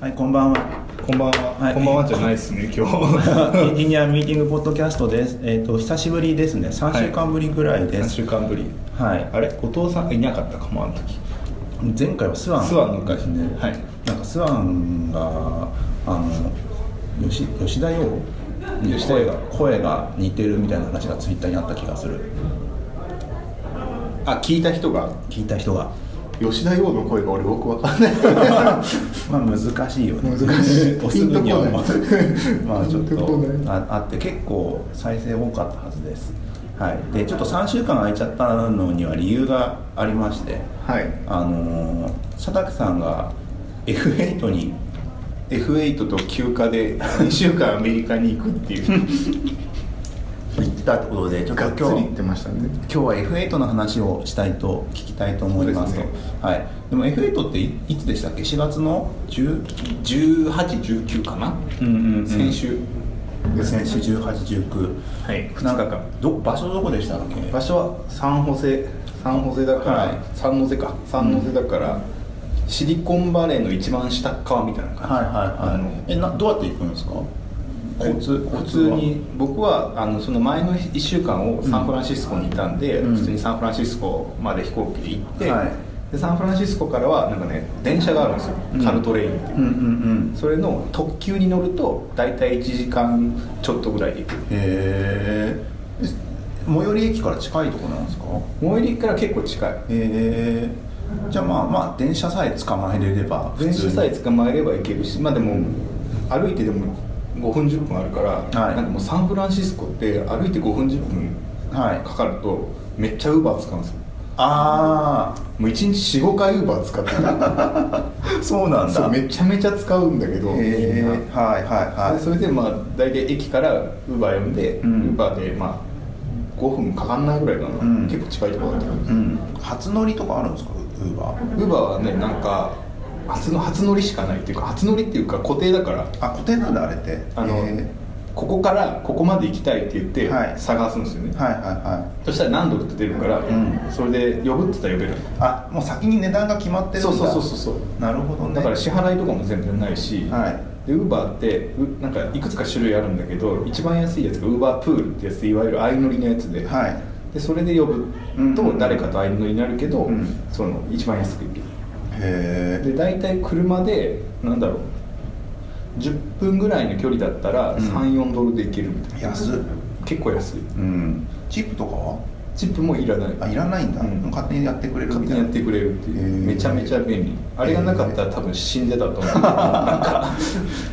はい、こんばんは。 こんばんは、はいこんばんはじゃないです ね今日エンジニアミーティングポッドキャストです。えっ、と、久しぶりですね。3週間ぶりぐらいで3す。週間ぶりはい。あれ後藤さんいなかったかもあの時前回はスワンスワンの回ですね。はいなんかスワンが、あの、吉吉田洋に吉田声羊が、声が似てるみたいな話がツイッターにあった気がする。あ聞いた人が聞いた人が。吉田洋の声が俺よくわかん ないまあ難しいよね難しいおすぐには思わずピンとこないまあちょっピンとことなああって結構再生多かったはずですはいでちょっと3週間空いちゃったのには理由がありましてはいあのー佐竹さんが F8 に F8 と休暇で2週間アメリカに行くっていう行ったってことでちょっと がっ今日つりは行ってましたね今日は F8 の話をしたいと聞きたいと思いますとそうですはい、でも F8 っていいつでしたっけ4月の 10? 1819かな、うんうんうん先週ですね先週1819はい2なん日か間ど場所どこでしたっけ場所はサンホセサンホセだから、はいサンノゼかサンノゼだから、シリコンバレーの一番下っ側みたいな感じはいはいあはのいえなどうやって行くんですか交交通通普通に僕はあのその前の1週間をサンフランシスコにいたんで、うん普通にサンフランシスコまで飛行機で行って、はいでサンフランシスコからはなんかね電車があるんですよ、うんカルトレインっていう、うんうんうんそれの特急に乗ると大体1時間ちょっとぐらいで行くへえ最寄り駅から近いところなんですか最寄りから結構近いへえじゃあまあまあ電車さえ捕まえれれば普電通車にさえ捕まえれば行けるしまあでも歩いてでも5分10分あるから、いなんかもうサンフランシスコって歩いて5分10分はいかかるとめっちゃウーバー使うんですよあもう1日45回ウーバー使ってるあそうなんだそうめちゃめちゃ使うんだけどへえみはんいなはいはでそれでまあ大体駅からウーバー呼んでウうんーバーでまあ5分かかんないぐらいかな、うん結構近いところだったウいうん初乗りとかあるんですかウーバーーバーはねなんか初の初乗りしかないっていうか初乗りっていうか固定だからあ固定なんだあれってあのへえここからここまで行きたいって言ってはい探すんですよね、はいはいはいそしたら何ドルって出るから、んそれで呼ぶって言ったら呼べるあもう先に値段が決まってるんだそうそうそうそうそうなるほどねだから支払いとかも全然ないし、はいでウーバーってうなんかいくつか種類あるんだけど一番安いやつがウーバープールってやつでいわゆる相乗りのやつで,、はいでそれで呼ぶうんうんうとん誰かと相乗りになるけど、うんその一番安く行けるへで大体車でなんだろう10分ぐらいの距離だったらうん34ドルで行けるみたいな、安っ結構安いうんチップとかはチップもいらないあいらないんだ、うん勝手にやってくれる勝み手たいになやってくれるっていへうーめちゃめちゃ便利あれがなかったら多分死んでた と思うなんか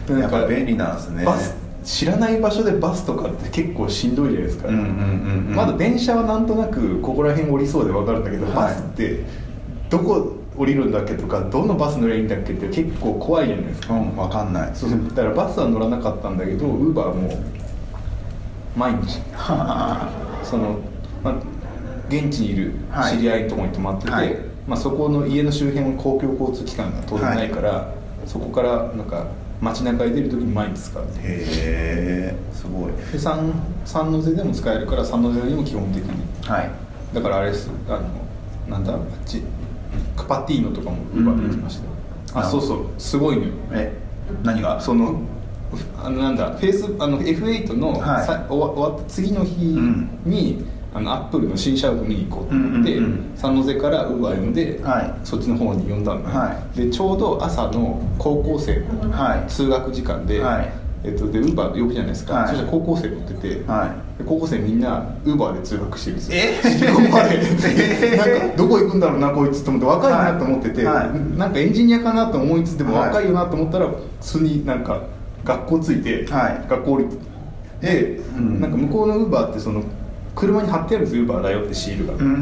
やっぱ便利なんですねバス知らない場所でバスとかって結構しんどいじゃないですか、うんうんうん、うん、まだ電車はなんとなくここら辺降りそうで分かるんだけど、はいバスってどこ降りるんだっけとかどのバス乗りゃいいんだっけって結構怖いじゃないですかうんわかんないそうそうだからバスは乗らなかったんだけどウーバーも毎 日その、まあ、現地にいるはい知り合いのところに泊まってて、はいまあ、そこの家の周辺は公共交通機関が当然ないから、そこからなんか街中へ出る時に毎日使うねへえすごいで三三ノ瀬でも使えるから三ノ瀬にも基本的にはいだからあれですあのなんだあっちカパティーノとかもウーバーで行きましたよ、うんあそうそうすごいのよえ何がそのあのなんだフェイスあの F8 の、はいさ終わ終わった次の日に、あのアップルの新社屋に行こうと思って、うんうんうんサンノゼからウーバー呼んで、はいそっちの方に呼んだのね、はでちょうど朝の高校生のはい通学時間で、はいえっと、でウーバー呼ぶじゃないですか、はいそしたら高校生乗ってて、はで高校生みんなウーバーで通学してるんですよえシリコンバレえ ーなんかどこ行くんだろうなこいつと思って若いなと思ってて、はいはいなんかエンジニアかなと思いつつでもはい若いよなと思ったら普通になんか学校着いて、はい学校降りてで、んなんか向こうのウーバーってその車に貼ってあるんですウーバーだよってシールが、いうんう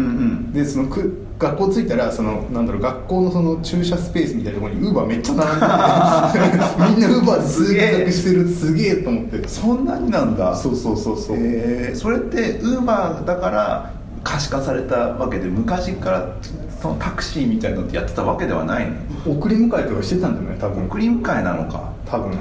んでそのく学校着いたらそのなんだろう学校のその駐車スペースみたいなところにウーバーめっちゃ 並んでてみんなウーバー通学してるすげえと思ってうんそんなになんだそうそうそうそう、へえそれってウーバーだから可視化されたわけで昔からそのタクシーみたいなのってやってたわけではないの送り迎えとかしてたんじゃない多分送り迎えなのか多分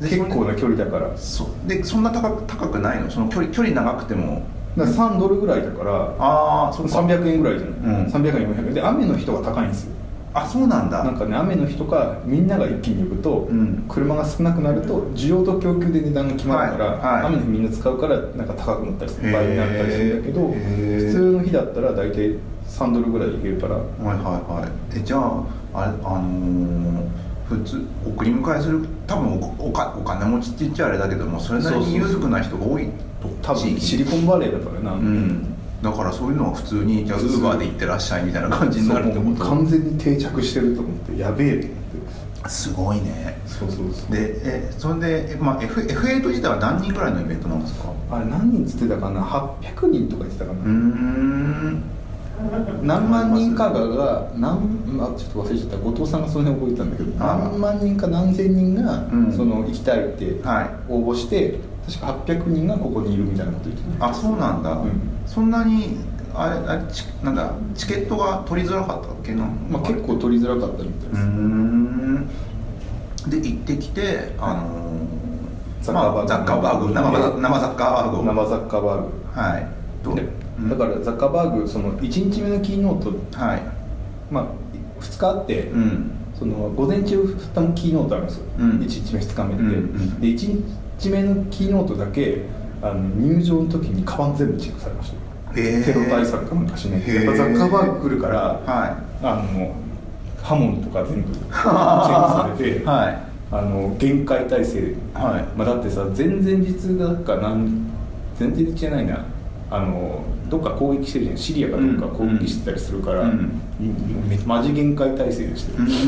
で結構な距離だからだかそうでそんな高く高くないのその距離距離長くてもら3ドルぐらいだからああそっか300円ぐらいじゃなうい、ん300円400円で雨の人が高いんですよあそうなんだなんかね雨の日とかみんなが一気に呼ぶと、うん車が少なくなると需要と供給で値段が決まるから、はいはい雨の日みんな使うからなんか高くなったりする倍になったりするんだけどへー普通の日だったら大体3ドルぐらいいけるからはいはいはいえじゃああれあのー普通送り迎えする多分おおかお金持ちって言っちゃあれだけどもそれなりに裕福な人が多いと多分地シ域リコンバレーだからな、うんだからそういうのは普通にじゃあウ普通ーバーで行ってらっしゃいみたいな感じにそなうるってもこうと完全に定着してると思ってやべえと思ってすごいねそうそうそうでえそれで、えまあ、F F8 自体は何人くらいのイベントなんですかあれ何人っつってたかな800人とか言ってたかうーな、ん何万人かがが何、まあ、ちょっと忘れちゃった後藤さんがその辺覚えてたんだけどあー何万人か何千人が、うんその行きたいっては応募して、確か800人がここにいるみたいなこと言ってたあそうなんだ、うんそんなにあれあれちなんだチケットが取りづらかったっけな、まあ、結構取りづらかったみたいーうです、んで行ってきてあのーザッカーバーグまあザッカーバーグ生ザ生ザッカーバーグを生ザッカーバーグはいとでうんだからザッカーバーグその1日目のキーノート、はいまあ、2日あって、うんその午前中2日もキーノートあるんですよ、うん1日目2日目って、うんうんで1日目のキーノートだけあの入場の時にカバン全部チェックされましたよへーテロ対策かなんかしねへーやっぱザッカーバーグ来るから、はあの刃物とか全部チェックされいて、はあの限界態勢、はいまあ、だってさ前々日だかなん前々日じゃないなあのどっか攻撃してるじゃんシリアかどっか攻撃してたりするから、うんめマジ限界態勢でしたいうよ、ー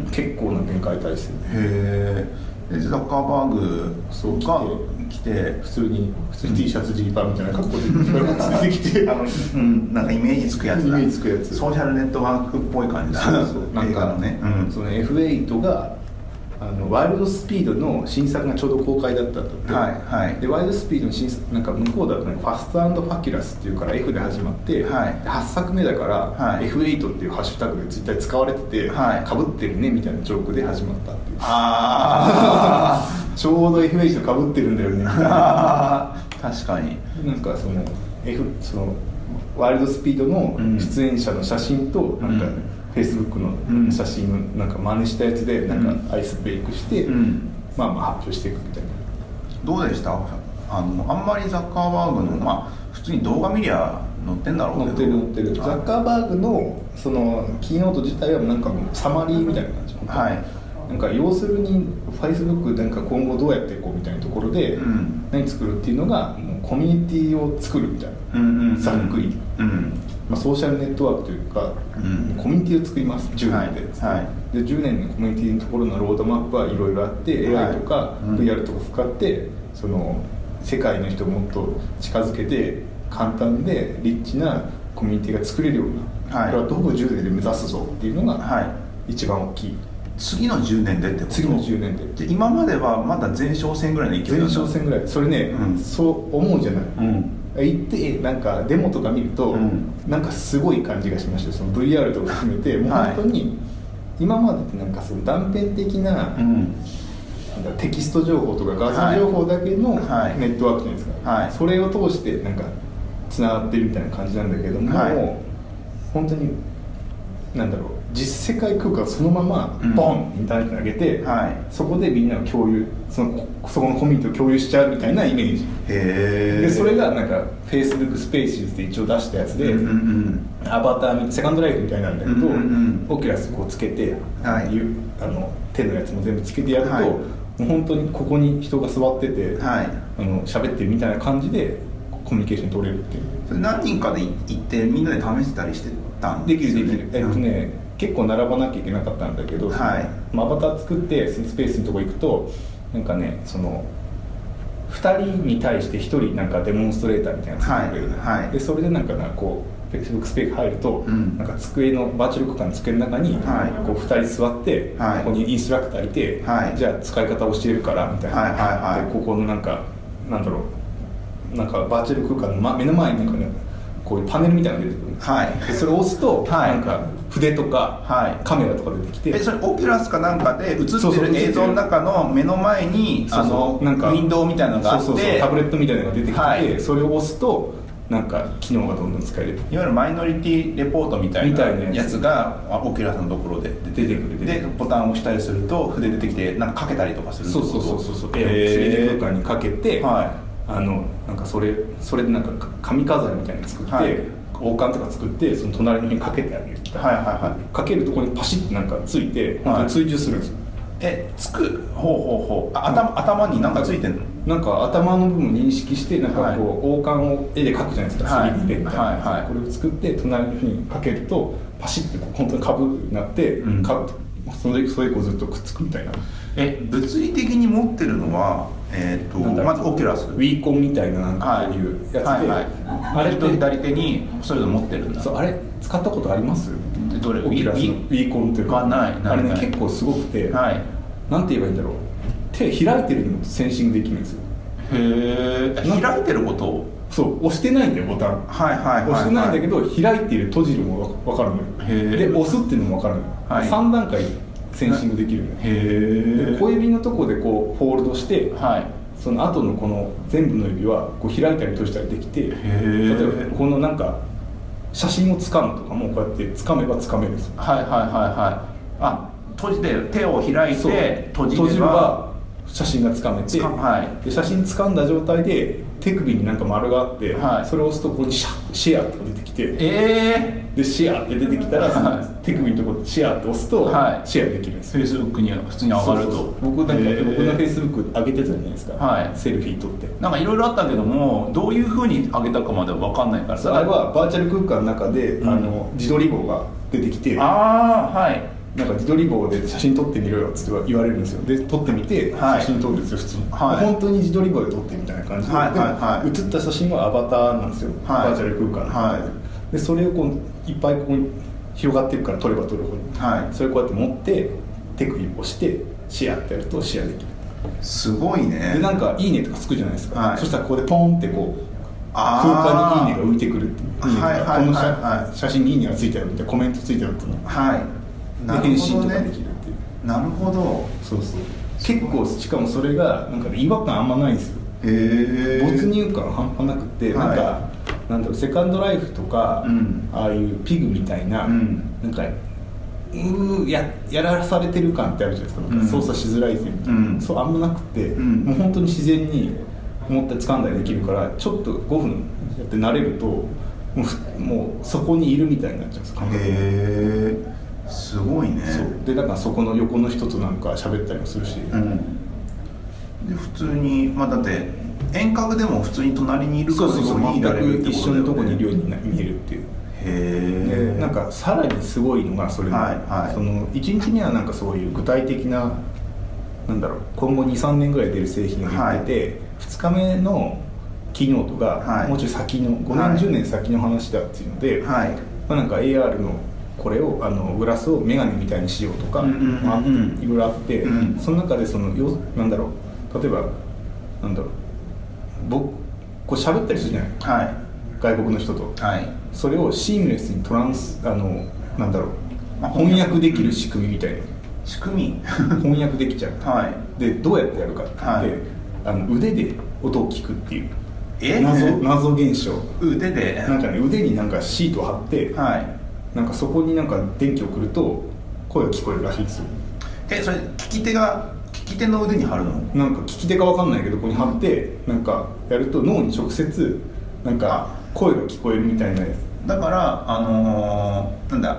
ん結構な限界態勢へえでザッカーバーグそうが来て普通に普通に T シャツジーパンみたいな格好で出てきてあの、うん、なんかイメージつくやつだイメージつくやつソーシャルネットワークっぽい感じだそうそうなん映画かのね、うん、その F8 があのワイルドスピードの新作がちょうど公開だったんだって、はいはいでワイルドスピードの新作なんか向こうだとねファストファキュラスっていうから F で始まって、はい8作目だから、はい F8 っていうハッシュタグでツイッターで使われてて、はいかぶってるねみたいなジョークで始まったっていうあ ちょうど F8 かぶってるんだよねみたいなあ確かになんかその F そのワイルドスピードの出演者の写真と、んなんかうんフェイスブックうんの写真をなんか真似したやつでなんかアイスブレイクして、うんまあまあ発表していくみたいなどうでしたあのあんまりザッカーバーグのまあ普通に動画見りゃ載ってんだろうけ載どってる載ってるザあッカーバーグのそのキーノート自体はなんかもうサマリーみたいな感じはいなんか要するにフェイスブックなんか今後どうやっていこうみたいなところで、うん何作るっていうのがもうコミュニティを作るみたいな、うんうんうんざっくりうんまあ、ソーシャルネットワークというか、うんコミュニティを作ります10年で,、はいはで10年のコミュニティのところのロードマップはいろいろあって、はい AI とかうん VR とか使って、その世界の人をもっと近づけて簡単でリッチなコミュニティが作れるような、はいこれはどこ10年で目指すぞっていうのはがい一番大きい、次の10年でってこと次の10年でで今まではまだ前哨戦ぐらいの勢い前なんだ哨戦ぐらいそれね、うんそう思うじゃない、うん行ってなんかデモとか見ると、うんなんかすごい感じがしましたよその VR とか含めてもうはい本当に今までってなんかその断片的な,、うんテキスト情報とか画像情報だけのはいネットワークじゃないですか、はいそれを通してなんかつながってるみたいな感じなんだけども、はい本当になんだろう実世界空間そのままうんボンインターネットに上げて、はいそこでみんなを共有そのそこのコミュニティを共有しちゃうみたいなイメージ、へえでそれがなんか Facebook スペーシーズで一応出したやつで、うんうんアバターみセカンドライフみたいなんだけど、うんうんうんオキュラスこうつけて、はいゆあの手のやつも全部つけてやると、はいもう本当にここに人が座ってて、うんはいあの喋ってるみたいな感じでコミュニケーション取れるっていうそれ何人かで行ってみんなで試したりしてたんですきるできる、えっよとねね結構並ばなきゃいけなかったんだけど、はいまあアバター作ってそのスペースのとこ行くとなんかねその2人に対して1人なんかデモンストレーターみたいなの作ってくれるのはいはいでそれでなんかなこう Facebook スペース入ると、うんなんか机のバーチャル空間の机の中に、はいこう2人座って、はいここにインストラクターいて、はいじゃあ使い方教えるからみたいな、はいはいはいでここのなんかなんだろうなんかバーチャル空間の、ま、目の前になんかねこういうパネルみたいなのが出てくるはいでそれを押すと、はいなんか筆とか、はいカメラとか出てきてえそれオキュラスかなんかで映っそうてそうる映像の中の目の前にそうそうあのウィンドウみたいなのがあってそうそうそうタブレットみたいなのが出てきて、はいそれを押すとなんか機能がどんどん使えいるわゆるマイノリティレポートみたいみなたいなやつやつがあオキュラスのところで出て出てくる出てでくるボタンを押したりすると筆出てきてなんかかけたりとかするってそことうそうそうそうそう絵をへ 3D 空間にかけーて、はいあのなんかそれそれでなんかか紙飾りみたいなの作って、はい王冠とか作ってその隣の辺にかけてあげるみたいなはいはいはいかけるところにパシッてなんかついて、はい本当に追従するんですよえつくほうほうほうあ頭頭になんかついてんのなんか頭の部分を認識してなんかこう、王冠を絵で描くじゃないですかはい 3D でみたいな、はいはいこれを作って隣の人にかけるとパシッてこう本当に株になって、うんかそれそれ以降ずっとくっつくみたいなえ物理的に持ってるのはえっとなんだろまずうオキュラスウィーコンみたいななんはかこういうやつで、はいはい、ああれれっとて左手にそれぞれ持ってるんだそうあれ使ったことありますでどれオキュラスのウウィィーコンというかあないないあれねない結構すごくて、はいなんて言えばいいんだろう手開いてるのもセンシングできるんですよへなんえか開いてることをそう押してないんだよボタンはいはいはい、はい、押してないんだけど、開いている閉じるも分かるのへよーで押すっていうのも分かるのよ、はい3段階センシングできるのよへで小指のとこでこうフォールドしてはいその後のこの全部の指はこう開いたり閉じたりできて例ーえばこのなんか写真を掴むとかもこうやって掴めば掴めるんですよはいはいはいはいあ閉じて手を開いそうて閉じ閉れじればば写真がつかめて、つかはいで写真掴んだ状態で手首になんか丸があって、はいそれを押すとここにシャッシェアって出てきてえでシェアって出てきたらそのはい手首のところでシェアって押すと、はいシェアできるんでー、すフよェイスブックに普通に上がるとそうそうそう僕なんか、へー僕のフェイスブック上げてたじゃないですか、はいセルフィー撮ってなんかいろいろあったけどもどういうふうに上げたかまでは分かんないからそれはバーチャル空間の中で、うんあの自撮り棒が出てきてなんかああはい自撮り棒で写真撮ってみろよっつって言われるんですよで撮ってみてはい写真撮るんですよ、普通に、はい本当に自撮り棒で撮ってみたいな感じで,でも、はいはいはい写った写真はアバターなんですよ、はいバーチャル空間の中で,、はでそれをこういっぱいここに広がっていくから撮れば撮るほど、はいそれをこうやって持って手首を押してシェアってやるとシェアできるすごいねでなんか「いいね」とかつくじゃないですか、はいそしたらここでポンってこう空あー間に「いいね」が浮いてくるっていういいねがはいはいこの写はいはい写真に「いいね」がついてあるみたいなコメントついてあるっていうのではいなるほ返信どとかねできるっていうなるほどそうそう結構しかもそれがなんかね違和感あんまないんですよへえ没入感半端なくて、はいなんかなんだろうセカンドライフとか、うんああいうピグみたいな、うんなんかうーややらされてる感ってあるじゃないですかなんかうん操作しづらいぜみたいな、うんそうあんまなくて、んもう本当に自然に思って掴んだりできるからちょっと5分やって慣れるともうふもうそこにいるみたいになっちゃうんです感覚がへえすごいねそうでだからそこの横の人となんか喋ったりもするし、うんで普通にまあだって遠隔でも普通に隣にいるそうそうそこうに全いられるっくて一こと緒だよねのとこにいるようにな見えるっていう。へえなんかさらにすごいのがそれの,、はいはいその1日にはなんかそういう具体的ななんだろう今後23年ぐらい出る製品が出てて、2日目の機能とか、はいもうちょい先の5年、はい10年先の話だっていうので、はいまあ、なんか AR のこれをあのグラスをメガネみたいにしようとか、うんうんうんうんまあいろいろあって、うんその中でそのよなんだろう例えばなんだろう僕こう喋ったりするじゃなはいい外国の人と。はいそれをシームレスにトランスあのなんだろう、まあ翻訳できる仕組みみたい仕組み な翻訳できちゃう、はいでどうやってやるかって言って、はいあの腕で音を聞くっていうえ謎謎現象腕でなんかね腕になんかシートを貼って、はいなんかそこになんか電気を送ると声が聞こえるらしいんですよえそれ利き手が利き手の腕に貼るのなんか聞き手かわかんないけどここに貼ってなんかやると脳に直接なんか声が聞こえるみたいなやつだからあのーなんだ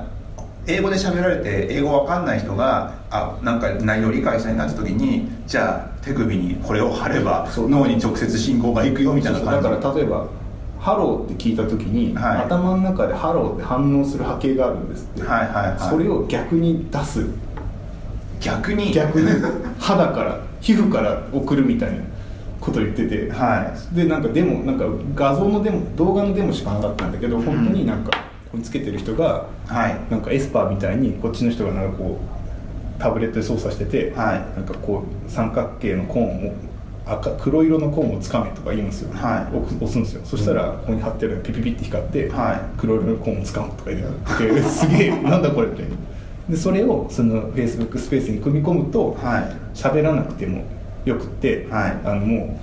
英語で喋られて英語わかんない人があなんか内容理解したいなって時にじゃあ手首にこれを貼ればそう脳に直接信号がいくよみたいな感じそうそうだから例えば「ハロー」って聞いた時に、はい頭の中で「ハロー」って反応する波形があるんですって、はいはいはいそれを逆に出す逆に逆に肌から 皮膚から送るみたいなこと言ってて、はでなんかでもなんか画像のデモ動画のデモしかなかったんだけど本当になんかここにつけてる人がいはいなんかエスパーみたいにこっちの人がなんかこうタブレットで操作してて、はいなんかこう三角形のコーンを赤黒色のコーンをつかめとか言うんですよ、はいお押すんですよそしたらここに貼ってあるのがピピピって光って、はい黒色のコーンをつかむとか言っててすげえ なんだこれみたいなでそれをそのフェイスブックスペースに組み込むとはい喋らなくてもよくって、はいあのも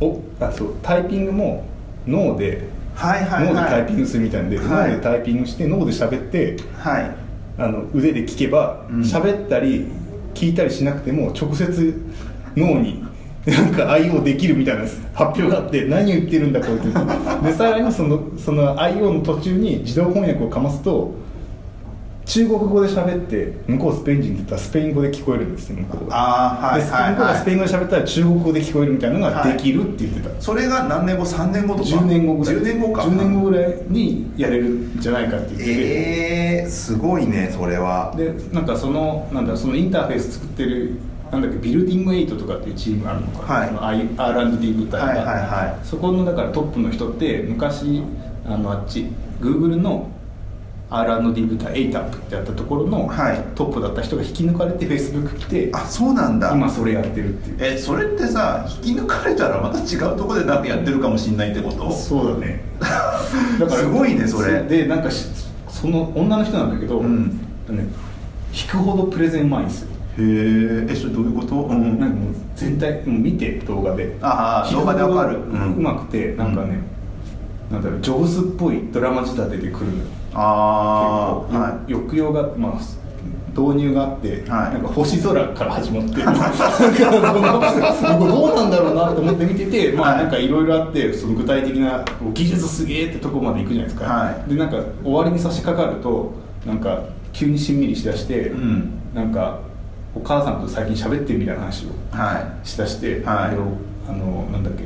うおあそうタイピングも脳ではいはいはい脳でタイピングするみたいなんで、はい脳でタイピングして脳で喋ってはいあの腕で聞けばうん喋、ったり聞いたりしなくても直接脳になんか IO できるみたいな発表があって何を言ってるんだこいつでさらにそのその IO の途中に自動翻訳をかますと中国語で喋って向こうスペイン人だったらスペイン語で聞こえるんですよ向こうがああはいでスペインはい語がスペイはン語で喋ったら中国語で聞こえるみたいなのができるって言ってた、いそれが何年後3年後とか10年後ぐらい10年後か10年後ぐらいにやれるんじゃないかって言っててええー、すごいねそれはでなんかそのなんだそのインターフェース作ってるなんだっけビルディングエイトとかっていうチームあるのか、はいその I- R&D 部隊が、はいはいはそこのだからトップの人って昔あのあっち Google の R&D 部隊 ATAP ってやったところの、はいトップだった人が引き抜かれて Facebook 来てあそうなんだ今それやってるっていうえそれってさ引き抜かれたらまた違うとこでなんかやってるかもしんないってことそうだ ねすごいねそれでなんかしその女の人なんだけど、うんね引くほどプレゼンうまいんですよへーえそれどういうことうんなんかもう全体もう見て動画でああ動画でわかるううんまくてなんかね、なんだろう上手っぽいドラマ仕立てで来るのよああ結構はい抑揚がまあ導入があって、はいなんか星空から始まって なんかその僕どうなんだろうなと思って見てて、まあはいなんかいろいろあってその具体的なこう技術すげえってとこまで行くじゃないですか、はいでなんか終わりに差し掛かるとなんか急にしんみりしだして、うんなんかお母さんと最近喋ってるみたいな話をはしだして、はいであのなんだっけ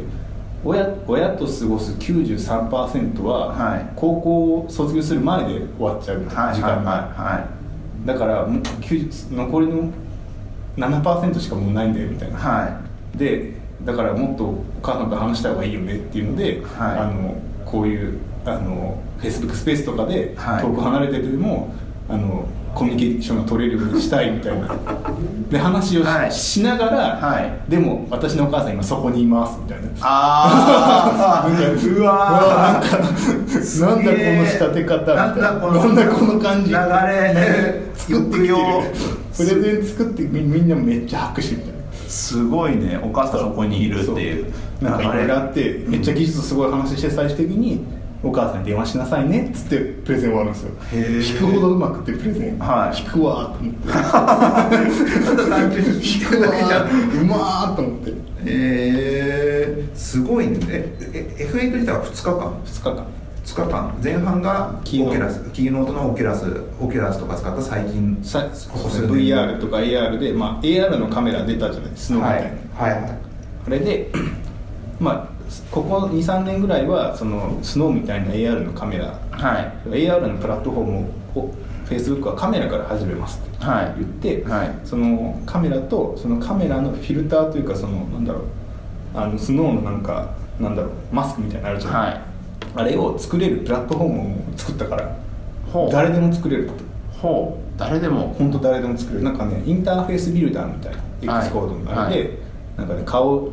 親親と過ごす93%ははい高校を卒業する前で終わっちゃうみいたいはない時間が、はいだからもう90残りの7%しかもうないんだよみたいな、はいはいでだからもっとお母さんと話した方がいいよねっていうので、はいあのこういうあのフェイスブックスペースとかではい遠く離れてても、あのコミュニケーションが取れるようにしたいみたいなで話をし,、はいながら、はでも私のお母さん今そこにいますみたいな。あなんかーうわわあなんかすげなえんだこの仕立て方みたいなんだこのなんだこの感じ流れ作ってきてる抑プレゼン作ってみみんなめっちゃ拍手みたいーなすごいねお母さんそこにいるっていうそうなんかいろいろあってうんめっちゃ技術すごい話して最終的にお母さんに電話しなさいねっつってプレゼン終わるんですよへー引くほどうまくてプレゼン、はい引くわーと思って ただ単純に聞くだけじゃんうまーと思ってえー、すごいねええ FA と自体は2日間2日間2日間前半がオキーノートケラスキーノートのオケラスオケラスとか使った最近さここ数年 VR とか AR で、まあ、AR のカメラ出たじゃないスノーみはたいいな、はいはいあれで まあここ23年ぐらいはそのスノーみたいな AR のカメラはい AR のプラットフォームを Facebook はカメラから始めますってはい言って、はいそのカメラとそのカメラのフィルターというかそのなんだろうあのスノーのなんかなんだろうマスクみたいなのあるじゃん、はいあれを作れるプラットフォームを作ったからほう誰でも作れるってほう誰でも本当誰でも作れるなんかねインターフェースビルダーみたいなはい X コードのあれで、はいなんかね顔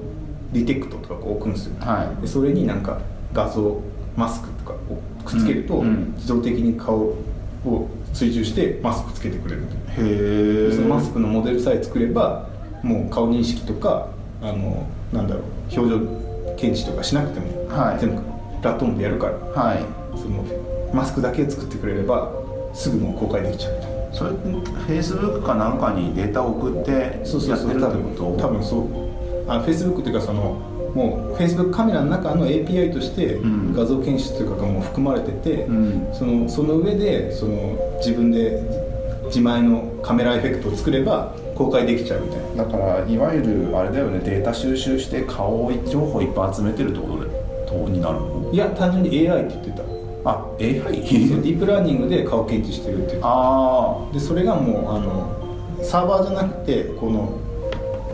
ディテクトとかこう置くんですよ、はいでそれになんか画像マスクとかをくっつけると、うんうん自動的に顔を追従してマスクつけてくれるみたいなへえでそのマスクのモデルさえ作ればもう顔認識とかあのなんだろう表情検知とかしなくても、はい全部プラットフォームでやるからはいそのマスクだけ作ってくれればすぐもう公開できちゃうみたいなそれフェイスブックかなんかにデータ送ってやってるってそうそうそう多分こと多分そうあフェイスブックっていうかそのもうフェイスブックカメラの中の API としてうん画像検出というかがもう含まれてて、うんそのその上でその自分で自前のカメラエフェクトを作れば公開できちゃうみたいだなからいわゆるあれだよねデータ収集して顔を情報いっぱい集めてるってことでとになるのいや単純に AI って言ってたそうあ AI ディープラーニングで顔検知してるって言ってた あでそれがもうあのサーバーじゃなくてこの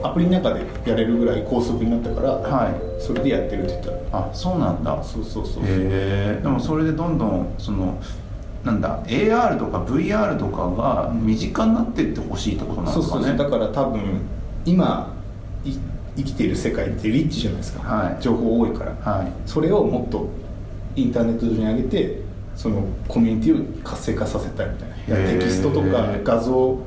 アプリの中でやれるぐらい高速になったから、あはいそれでやってるって言ってあそうなんだたそうそうそうへえでもそれでどんどんそのなんだ AR とか VR とかが身近になってってほしいってことなんでそうすそかうねそうだから多分今い生きている世界ってリッチじゃないですか、はい情報多いからはいそれをもっとインターネット上に上げてそのコミュニティを活性化させたいみたいなへーテキストとか画像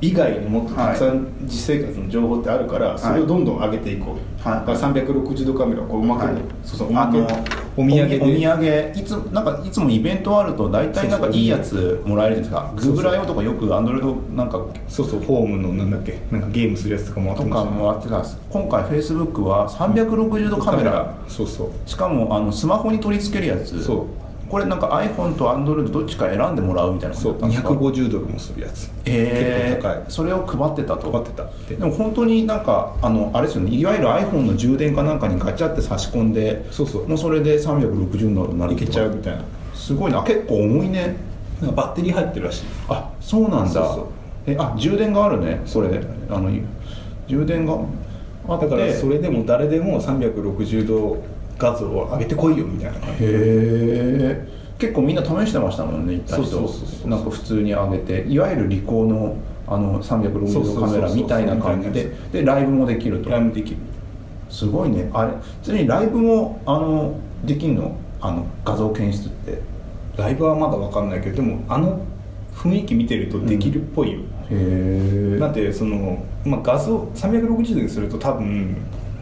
以外にもっとたくさん実生活の情報ってあるから、それをどんどん上げていこう、はいだから360度カメラをこううまく、はいそうそううあまくのお土産でお土産いつなんかいつもイベントあると大体なんかいいやつもらえるんですかそうそう Google IO とかよく Android なんかそうそうホームのなんだっけなんかゲームするやつとかもあっとてかもらってたんです今回 Facebook は360度カメラそうそうしかもあのスマホに取り付けるやつそうこれなんか iPhone と Android どっちか選んでもらうみたいなことそうだったんですか250ドルもするやつえ結構ー、高いそれを配ってたと配ってたってでも本当になんかあのあれですよねいわゆる iPhone の充電かなんかにガチャって差し込んでそうそうもうそれで360度になるいとかけちゃうみたいなすごいな結構重いねなんかバッテリー入ってるらしいあそうなんだそうそうえあ充電があるねそれあの充電があってだからそれでも誰でも360度画像を上げてこいよみたいな感へえ結構みんな試してましたもんね行った人そうそうそうそうなんか普通に上げていわゆるリコーのあのそうそう360そ度うカそうメラみたいな感じででライブもできるじとライブできるすごいねあれちなみにライブもあのできんのあの画像検出ってへライブはまだ分かんないけどでもあの雰囲気見てるとできるっぽいよ、えだってその、まあ、画像360度にすると多分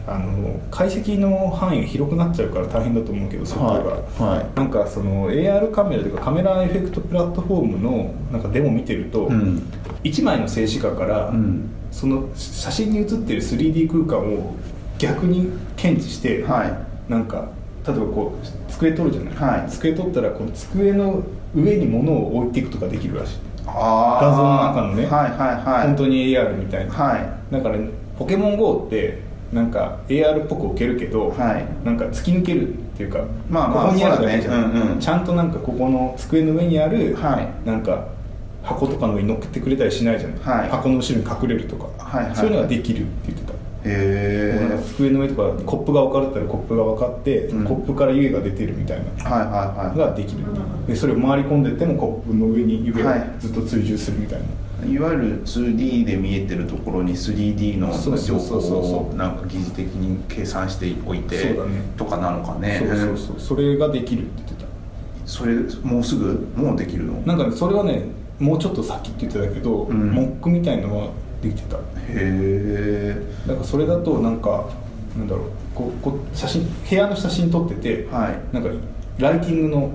あの解析の範囲が広くなっちゃうから大変だと思うけどそこが、はいはいなんかその AR カメラというかカメラエフェクトプラットフォームのなんかデモ見てると、うん1枚の静止画から、うんその写真に写ってる 3D 空間を逆に検知して、はいなんか例えばこう机取るじゃない、はい机取ったらこう机の上に物を置いていくとかできるらしい、あー画像の中のねはいはいはい本当に AR みたいな、はだから、ポケモン GO ってなんか AR っぽく置けるけど、はいなんか突き抜けるっていうか、まあまあここにあるだけじそゃうだねん、うんうんちゃんとなんかここの机の上にある、はいなんか箱とかの上に乗っけてくれたりしないじゃない、はい箱の後ろに隠れるとか、はいはいそういうのができるって言ってた、いへなんか机の上とかコップが置かれてたらコップが分かって、うんコップから湯気が出てるみたいなえはいはいのはができるでそれを回り込んでってもコップの上に湯気がはいずっと追従するみたいな、いいわゆる 2D で見えてるところに 3D のそうそ情うそうそう報をなんか疑似的に計算しておいてそうだねとかなのかねそうそうそうそれができるって言ってたそれもうすぐもうできるのへなんかねそれはねもうちょっと先って言ってたけど、うんモックみたいのはできてただえからそれだとなんかなんだろうこうこう写真部屋の写真撮ってて、はいなんかライティングの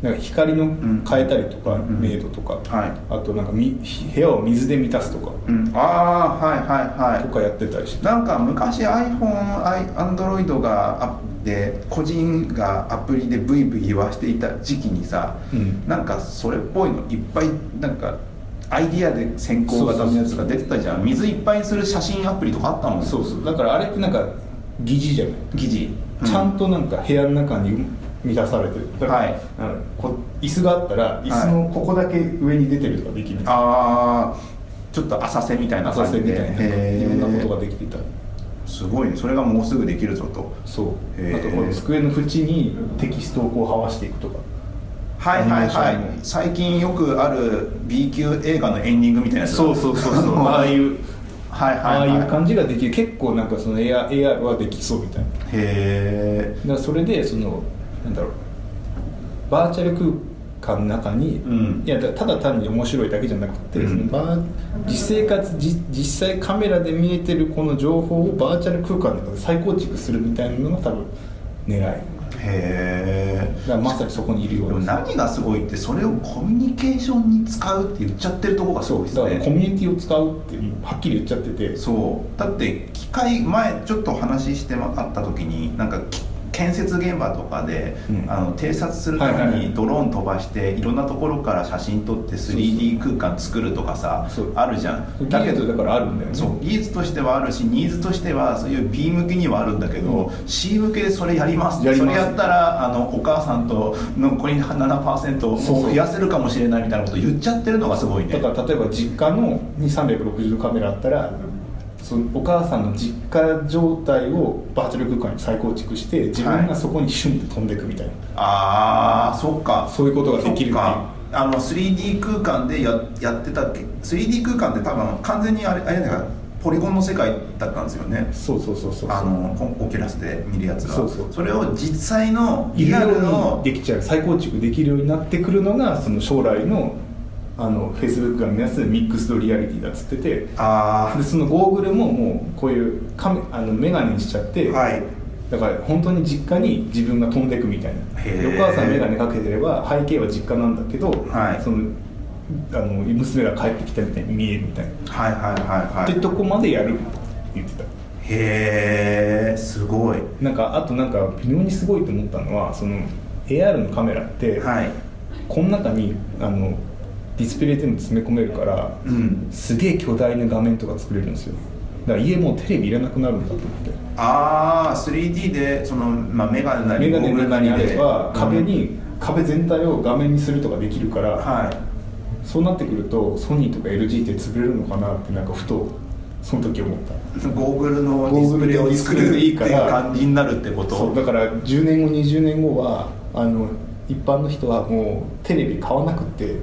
なんか光のん変えたりとか、うん明度とか、はいあとなんかみ部屋を水で満たすとか、うん、ああはいはいはいとかやってたりしてなんか昔 iPhone、i- Android がアップで個人がアプリでブイブイ言わしていた時期にさ、うんなんかそれっぽいのいっぱいなんかアイディアで先行型のやつが出てたじゃん水いっぱいにする写真アプリとかあったもんそうそうだからあれってなんか疑似じゃない、疑似、うちゃんとなんか部屋の中に満たされてるだから、はいなんかこう椅子があったら椅子のここだけ上に出てるとかできる、ああちょっと浅瀬みたいな浅感瀬じみでたいなへいーろんなことができてたすごいねそれがもうすぐできるぞとそうへーあとこの机の縁にテキストをこうはわしていくとかはいはいはアニメーションいも最近よくある B 級映画のエンディングみたいなやつだうそうそう ああいうはいはい、あはあい、いう感じができる結構なんかその AR, AR はできそうみたいなだかへらそれでそのなんだろうバーチャル空間の中に、うんいやだただ単に面白いだけじゃなくて、うんそのバー実生活じ実際カメラで見えてるこの情報をバーチャル空間の中で再構築するみたいなのが多分狙いえへだからまさにそこにいるよえうでもな何がすごいってそれをコミュニケーションに使うって言っちゃってるとこがすごいですだからコねミュニティを使うってはっきり言っちゃっててそうだって機械前ちょっと話してもあった時になんかき建設現場とかで、うんあの偵察するたはいめはいはいにドローン飛ばしていろんなところから写真撮ってう 3D 空間作るとかさそうあるじゃん技けど術だからあるんだよねそう技術としてはあるしニーズとしてはそういう B 向けにはあるんだけど、う C 向けでそれやりますやりそますれやったらあのお母さんと残り7%をそうそう増やせるかもしれないみたいなこと言っちゃってるのがすごいねだから例えば実家のに360度カメラあったらそのお母さんの実家状態をバーチャル空間に再構築して自分がそこにシュンって飛んでいくみたいな、ああそっかそういうことができるっていうそかあの 3D 空間でややってたっけ 3D 空間って多分完全にあれあれだからポリゴンの世界だったんですよねそうそうそうそうあのコンオキュラスで見るやつがそうそうれを実際のいリろアいルろのにできちゃう再構築できるようになってくるのがその将来のあの Facebook が目指すミックスドリアリティだっつっててあでそのゴーグルももうこういうカメあのメガネにしちゃっあて、はいだから本当に実家に自分が飛んでくみたいなへでーお母さん眼鏡かけてれば背景は実家なんだけど、はいそのあの娘が帰ってきたみたいに見えるみたいな、はいはいはいはっていとこまでやるって言ってたへえすごいなんかあとなんか微妙にすごいと思ったのはその AR のカメラって、はいこの中にあのディスプレイでも詰め込めるから、うんすげえ巨大な画面とか作れるんですよだから家もうテレビいらなくなるんだと思ってああ 3D でその、まあ、メガネなりメガネのゴーグルな中りにであればうん壁に、壁全体を画面にするとかできるから、はそうなってくるとソニーとか LG って潰れるのかなってなんかふとその時思ったいゴーグルのデゴィースグプルレイのをディスプ作レイるでいいかっらて感じになるってことそうだから10年後20年後はあの一般の人はもうテレビ買わなくて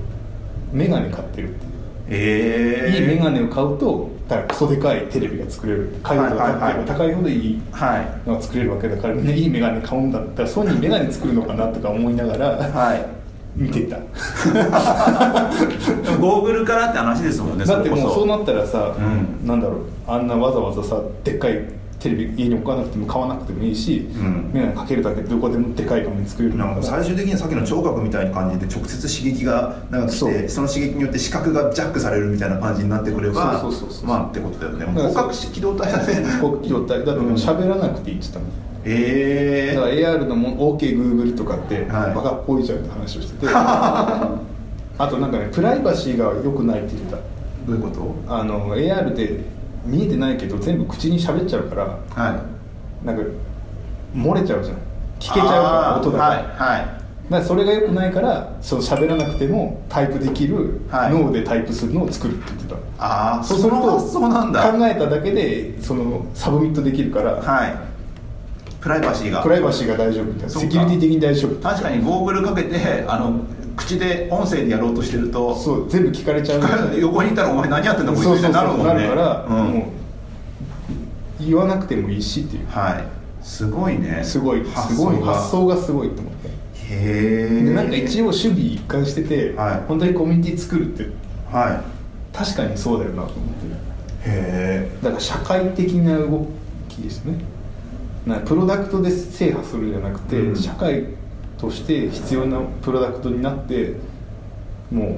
メガネ買ってるっていうええいいメガネを買うとだからクソでかいテレビが作れる解像度が高ければ高いほどいいはのが作れるわけだからみんないいメガネ買うんだったらソニーメガネ作るのかなとか思いながいらはい見てたでもゴーグルからって話ですもんねだってれもこうそうなったらさ、うんなんだろうあんなわざわざさでっかいテレビ家に置かなくても買わなくてもいいし、んメガネかけるだけでどこでもでかい画面作れるなんか最終的にさっきの聴覚みたいな感じで直接刺激がなんか来そうてその刺激によって視覚がジャックされるみたいな感じになってくればそうそうそうそうまあってことだよねから広角機動隊だね国旗をだってもう喋らなくていいって言ってたの、ええだから AR のも OKGoogle とかってはいバカっぽいじゃんって話を してて、あとなんかねプライバシーが良くないって言ってどういうことたあの AR で見えてないけど全部口に喋っちゃうからはいなんか漏れちゃうじゃん聞けちゃうから音が、はいはいだからそれが良くないからその喋らなくてもタイプできるはい脳でタイプするのを作るって言ってた、ああその発想なんだ考えただけでそのサブミットできるから、はいプライバシーがプライバシーが大丈夫みたいなそうセかキュリティ的に大丈夫って確かにゴーグルかけてあの口で音声でやろうとしてるとそう全部聞かれちゃうみたいな横にいたら「お前何やってんだこいつ」そうみたそいうそうになるもんねなるから、うんもう言わなくてもいいしっていうはいすごいねすごいすごいが発想がすごいと思って、へえでなんか一応守備一貫してて、はい本当にコミュニティ作るってはい確かにそうだよなと思ってへだから社会的な動きですねなんかプロダクトで制覇するんじゃなくて、うん社会として必要なプロダクトになっても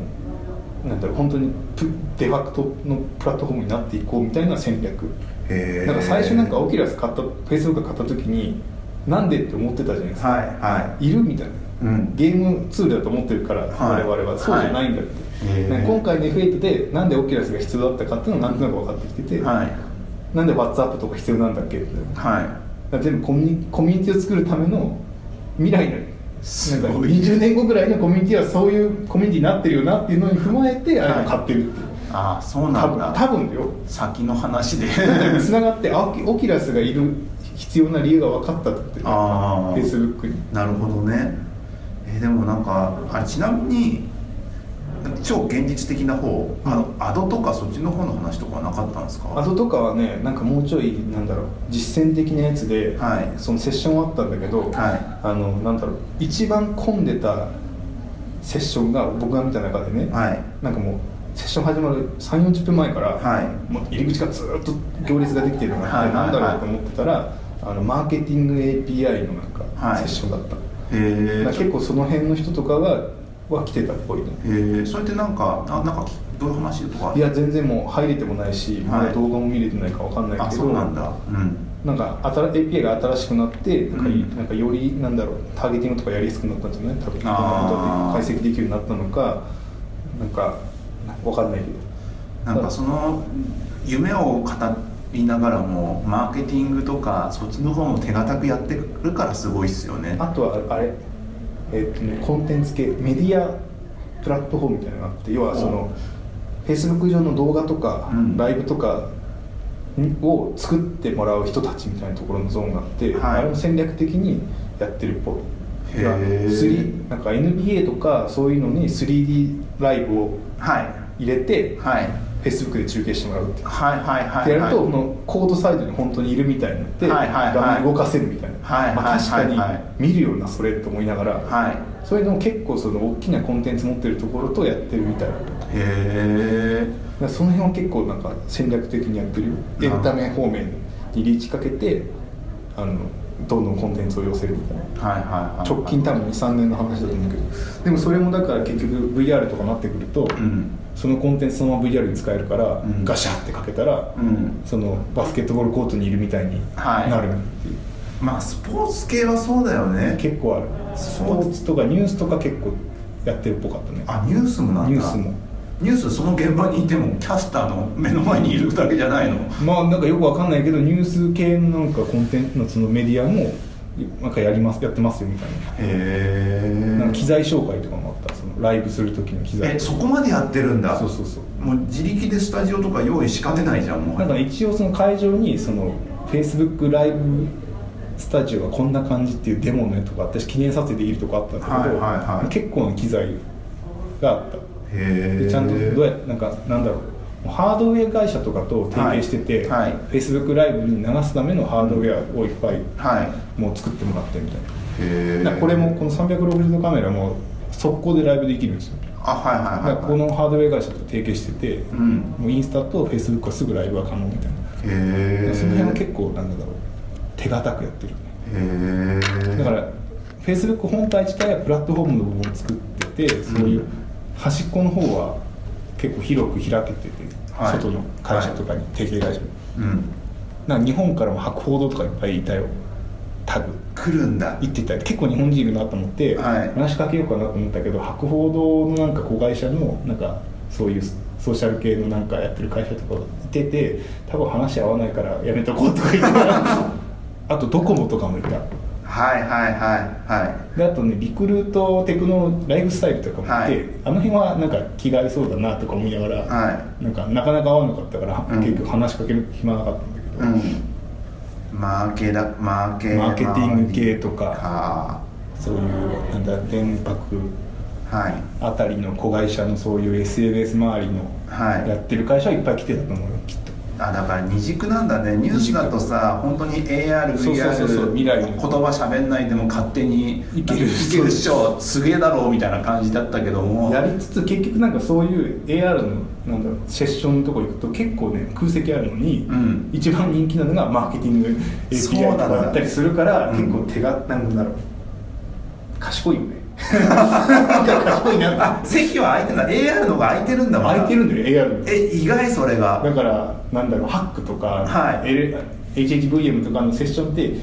うなんだろう本当にプデファクトのプラットフォームになっていこうみたいな戦略えへえなんか最初なんかはオキュラス買ったフェイスブック買った時になんでって思ってたじゃないでいすか、、はいるみたいな、うんゲームツールだと思ってるから、はい我々はそうじゃないんだって、はいへーなんか今回の F8 でなんでオキュラスが必要だったかっていうのはなんとなく分かってきていて、はいなんで WhatsApp とか必要なんだっけってだかはいら全部コミュニコミュニティを作るための未来のすなんかごい20年後ぐらいのコミュニティはそういうコミュニティになってるよなっていうのに踏まえてあれを買ってるっていう、ああそうな多ん分だ多分だよ先の話 でつながってあオキオキュラスがいる必要な理由が分かったってフああェイスブックになるほどねえーでもなんかあちなみに超現実的な方あのアドとかそっちの方の話とかはなかったんですかアドとかはねなんかもうちょいなんだろう実践的なやつで、はいそのセッションはあったんだけど、はあのなんだろう一番混んでたセッションが僕が見た中でね、はいなんかもうセッション始まる3 4 0分前から、はいもう入り口からずっと行列ができてるのがあって、はいはいはいなんだろうと思ってたらあのマーケティング API のなんかはいセッションだった、へえだから結構その辺の人とかはは来てたっぽいねへえそれってなんかななんかきどういう話とかいや全然もう入れてもないし、まはだい動画も見れてないかわかんないけどあそうなんだうんなんか新 API が新しくなってなんか,、うんなんかよりなんだろうターゲティングとかやりやすくなったんじゃない多分あー解析できるようになったのかなんかなんかわかんないけどなんかその夢を語りながらもマーケティングとかそっちの方も手堅くやってるからすごいっすよねあとはあれ、えっとね、コンテンツ系メディアプラットフォームみたいなのがあって要はその Facebook 上の動画とか、うんライブとかにを作ってもらう人たちみたいなところのゾーンがあって、はいあれも戦略的にやってるっぽへいーいや 3D なんか NBA とかそういうのに 3D ライブをはい入れてはいフェイスブックで中継してもらうってはいはいはいはいでやるとこのコードサイドに本当にいるみたいになってはいはいはい画面動かせるみたいな、はいまあ、確はいはいはかいに見るようなそれと思いながら、はいそれでも結構その大きなコンテンツ持ってるところとやってるみたいなだかへえらその辺は結構なんか戦略的にやってるよエンタメ方面にリーチかけてあのどんどんコンテンツを寄せるみたいなはいはいはいはい直近多分23年の話だと思うけどでもそれもだから結局 VR とかなってくると、うんそのコンテンツそのまま VR に使えるから、うんガシャってかけたら、うんそのバスケットボールコートにいるみたいにはいなるっていう、まあスポーツ系はそうだよね結構あるスポーツとかニュースとか結構やってるっぽかったねあニュースもなんだニュースもニュースその現場にいてもキャスターの目の前にいるだけじゃないのまあなんかよくわかんないけどニュース系のなんかコンテンツのそのメディアもなんかやりますやってますよみたいな,、へなんか機え材紹介とかもあったそのライブする時の機材えそこまでやってるんだそうそうそうもう自力でスタジオとか用意しかねないじゃんもうなんかね一応その会場にその Facebook ライブスタジオはこんな感じっていうデモのやつとかあったし記念撮影できるとこあったんだけど、はいはいはい結構な機材があったへえでちゃんとどうやなんかなんだろうハードウェア会社とかと提携してて、はいはい Facebook ライブに流すためのハードウェアをいっぱいはもう作ってもらってみたいないへえだからこれもこの360度カメラも速攻でライブできるんですよあはいだはかいらはいこのハードウェア会社と提携してて、うんもうインスタと Facebook はすぐライブが可能みたいなへえその辺は結構なんだろう手堅くやってるよねへえだから Facebook 本体自体はプラットフォームの部分を作っててそういううん端っこの方は結構広く開けてて、はい外の会社とかに、提携会社にうんなんか日本からも博報堂とかいっぱいいたよタグ来るんだ行ってたよ結構日本人いるなと思って、はい話しかけようかなと思ったけど博報堂のなんか子会社のなんかそういうソーシャル系のなんかやってる会社とかがいてて多分話合わないからやめとこうとか言って たあとドコモとかもいたはいはいはいはいであとねリクルートテクノライフスタイルとかもいて、はいあの辺はなんか気が合いそうだなとか思いながら、はなんかなかなか合わなかったから、うん結局話しかける暇なかったんだけど、うんマーケだマーケマーケティング系とかかそういうなんだ電泊はいあたりの子会社のそういう SNS 周りのはいやってる会社はいっぱい来てたと思うよきっとあだから二軸なんだねニュースだとさ本当に AR そうそうそうそ VR う未来の言葉喋んないでも勝手にいけるっしょすげえだろうみたいな感じだったけどもやりつつ結局なんかそういう AR のなんだろうセッションのとこ行くと結構ね空席あるのに、うん一番人気なのがマーケティングそうな API とんだかだったりするから、うん結構手がなんだろう賢 いよねなんか賢いなあ席は空いてない AR の方が空いてるんだまだ空いてるんだよ AR え意外それがだからなんだろうハックとか、はい L- HHVM とかのセッションって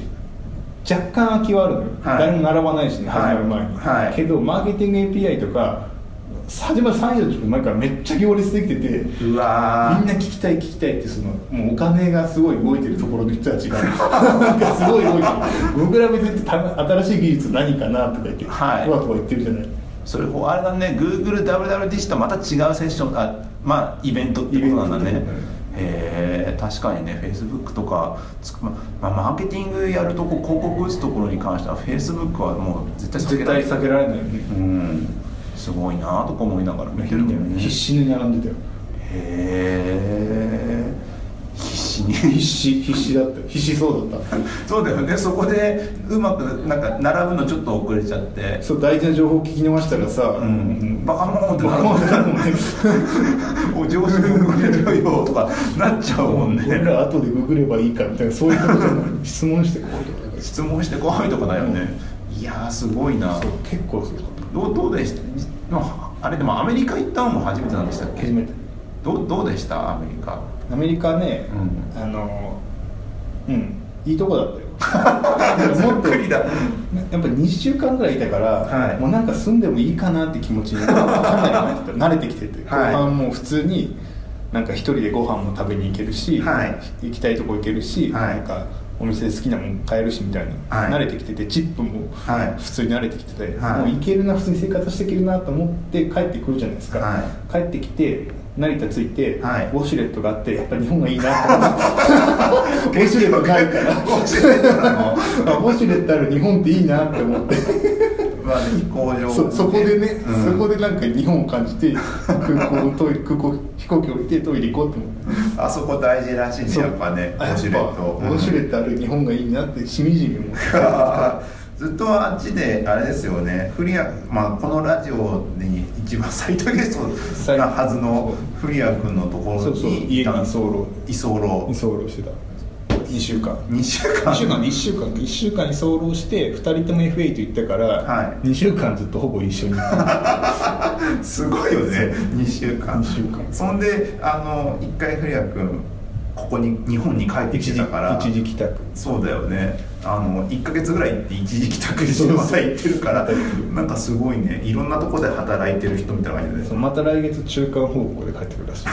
若干空きはあるのよ、はい誰も並ばないしねはい始まる前に、はいけどマーケティング API とか始まる3 4 0分前からめっちゃ行列できててみんうわーな聞きたい聞きたいってそのもうお金がすごい動いてるところの人たちが なんかすごい動いてる僕ら別にた新しい技術何かなとか言ってふはわいふわ言ってるじゃないそれあれだね GoogleWWDC とまた違うセッションあまあイベントってことなんだイベねントってことだねへえ確かにね Facebook とかつくままあマーケティングやるとこ広告打つところに関しては Facebook はもう絶対避け絶られ対ない避けられないよねうんすごいなとか思いながら見てるけどね必死に並んでたよへえ必死必に死必死だったよ必死そうだったそうだよねそこでうまくなんか並ぶのちょっと遅れちゃってそう大事な情報を聞き逃したらさ、うんバカモンってバカもんだもんねお上手に動れるよとかなっちゃうもんね俺ら後でググればいいかみたいなそういうことじゃない質問してこうとか質問してこいとかだよね、いやーすごいなそう結構そうどうどうでしたまああれでもアメリカ行ったのも初めてなんでしたっけ初めてどうどうでしたアメリカアメリカね、うあのうんいいとこだったよも っとざっくりだやっぱり2週間ぐらいいたから、はいもうなんか住んでもいいかなって気持ちにかなりなってた慣れてきて て、はい後半もう普通になんか一人でご飯も食べに行けるし、はい行きたいとこ行けるし、はいなんかお店で好きなもん買えるしみたいな、はい慣れてきててチップもはい普通に慣れてきてて、はいもう行けるな普通に生活していけるなと思って帰ってくるじゃないですか、は帰ってきて成田着いて、はいウォシュレットがあってやっぱ日本がいいな と思ってウォシュレットないから教えてたのあウォシュレットある日本っていいなって思っはてぜひ向上そそこでね、うんそこでなんか日本を感じて 空港のトイレ空港飛行機降りてトイレ行こうって思うあそこ大事らしいねそうやっぱねウあやォっぱシュレットウォシュレットある日本がいいなってしみじみ思う ずっとあっちであれですよねフリア、まあ、このラジオに一番最多ゲストなはずのフリア君のところそうそうに家に居いたんです候居候居候してた2週間2週2間週間で1週間1週間に居候して2人とも FA と行ったから、はい2週間ずっとほぼ一緒 にすごいよね2週間二週間そんであの1回フリア君ここに日本に帰ってき一て時たから一時帰宅そうだよねあの1か月ぐらい行って一時帰宅してまた行ってるからなんかすごいねいろんなとこで働いてる人みたいな感じそでのまた来月中間報告で帰ってくるらしい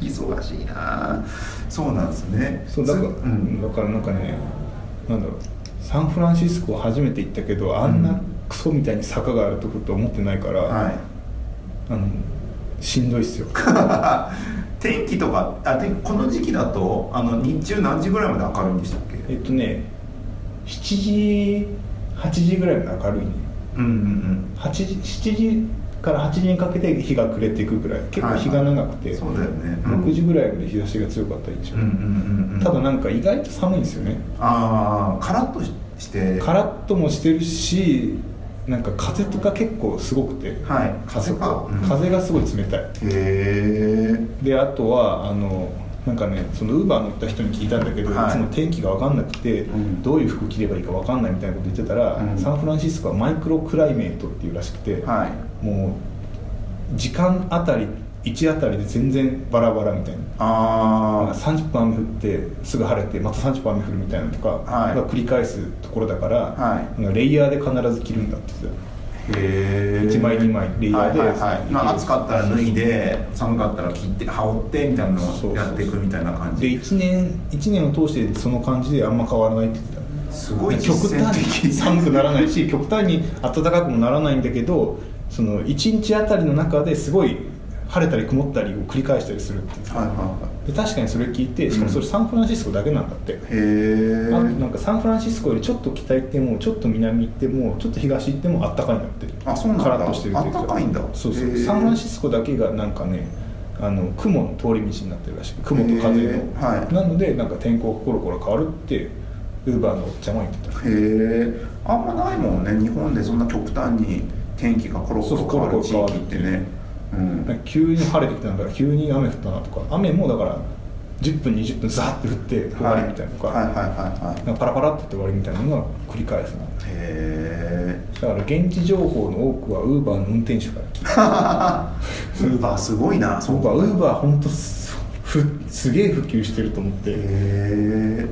忙しいなあそうなんですねそうだから、ずうん、だからなんかねなんだろうサンフランシスコは初めて行ったけどあんうなんクソみたいに坂があるとことは思ってないから、はいあのしんどいっ すよ天気とかあでこの時期だとあの日中何時ぐらいまで明るいんでしたっけえっとね7時8時ぐらいまで明るいねうんうんうん8時7時から8時にかけて日が暮れていくぐらい結構日が長くて、そうだよねうん6時ぐらいまで日差しが強かった印象、うんうんうんうんただなんか意外と寒いんですよねああカラッとししてカラッともしてるしなんか風とか結構すごくて、はい風風かとうん風がすごい冷たいへえであとはあのなんかねそのウーバー乗った人に聞いたんだけど、はいい、つも天気が分かんなくて、うんどういう服着ればいいか分かんないみたいなこと言ってたら、うんサンフランシスコはマイクロクライメートっていうらしくて、はいもう時間あたり1あたりで全然バラバラみたいなああ30分雨降ってすぐ晴れてまた30分雨降るみたいなのとかはいが繰り返すところだから、はいなんかレイヤーで必ず着るんだって言ってへえ一枚二枚レイヤーではいはいはいまあ、暑かったら脱いで寒かったら切って羽織ってみたいなのそをうやっていくみたいな感たじで1年一年を通してその感じであんま変わらないって言ってたすごい実極践端に的寒くならないし極端に暖かくもならないんだけどその1日あたりの中ですごい晴れたり曇ったりを繰り返したりするって言ってはいはいはで確かにそれ聞いてしかもそれサンフランシスコだけなんだって、いへえあとなんかサンフランシスコよりちょっと北行ってもちょっと南行ってもちょっと東行ってもあったかいんだってあそうなんだカラッとしてるっていうあったかいんだそうそへーうサンフランシスコだけがなんかねあの雲の通り道になってるらしく雲と風への、ーはいなのでなんか天候がコロコロ変わるってウーバーのおっちゃま言ってたへえあんまないもんね日本でそんな極端に天気がコロコそロう変わる地コロコロ変わ域るってねうんなんか急に晴れてきたんだから急に雨降ったなとか雨もだから10分20分ザーって降って終わりみたいなのか,、はいはいはいはいはいなんかパラパラってって終わりみたいなのが繰り返すのへだから現地情報の多くはウーバーの運転手から聞いてえウーバーすごいなそう僕はかウーバー本当すふすげえ普及してると思って、へえ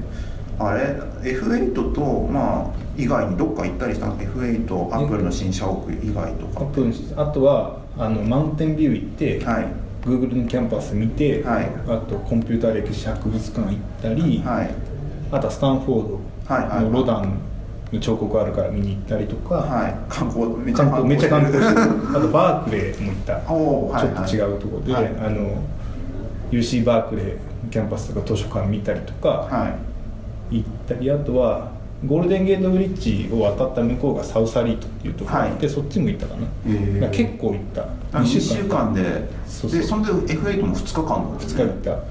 あれ F8 とまあ以外にどっか行ったりしたの F8 アップルの新社屋以外とかアップルにしあとはあのマウンテンビュー行って、はい Google のキャンパス見て、はいあとコンピューター歴史博物館行ったり、はいあとはスタンフォはいはいードのロダンの彫刻あるから見に行ったりとか、はい観光め観光めっちゃ観光ししててるる あとバークレーも行ったおーはいはいちょっと違うところで、はいあの UC バークレーのキャンパスとか図書館見たりとか、は行ったりあとはゴールデンゲートブリッジを渡った向こうがサウサリートっていうところがあって、そっちも行ったかな、へーだから結構行ったい2週間でそうそうでそんで F8 も2日間の2日行っただか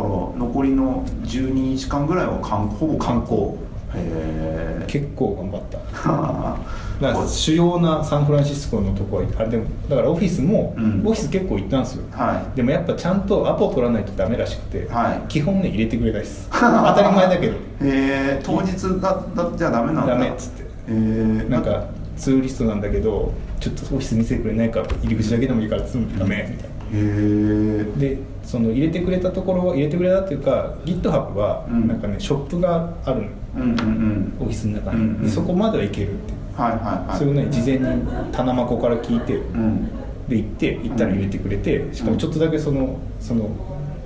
ら残りの12日間ぐらいは観ほぼ観光へえ結構頑張った だからは主要なサンフランシスコのとこはあれでもだからオフィスも、うんオフィス結構行ったんですよいでもやっぱちゃんとアポ取らないとダメらしくて、はい基本ね入れてくれないです 当たり前だけどへえ当日だだじゃあダメなんだダメっつってへえなんかツーリストなんだけどちょっとオフィス見せてくれないから入り口だけでもいいからつむダメみたへいなえでその入れてくれたところは入れてくれたっていうか GitHub はうんなんかね、ショップがあるのうんうんうんオフィスの中に、うんうんでそこまでは行けるってはいはいはいそれをね事前にタナマコから聞いてうんで行って行ったら入れてくれて、しかもちょっとだけそのその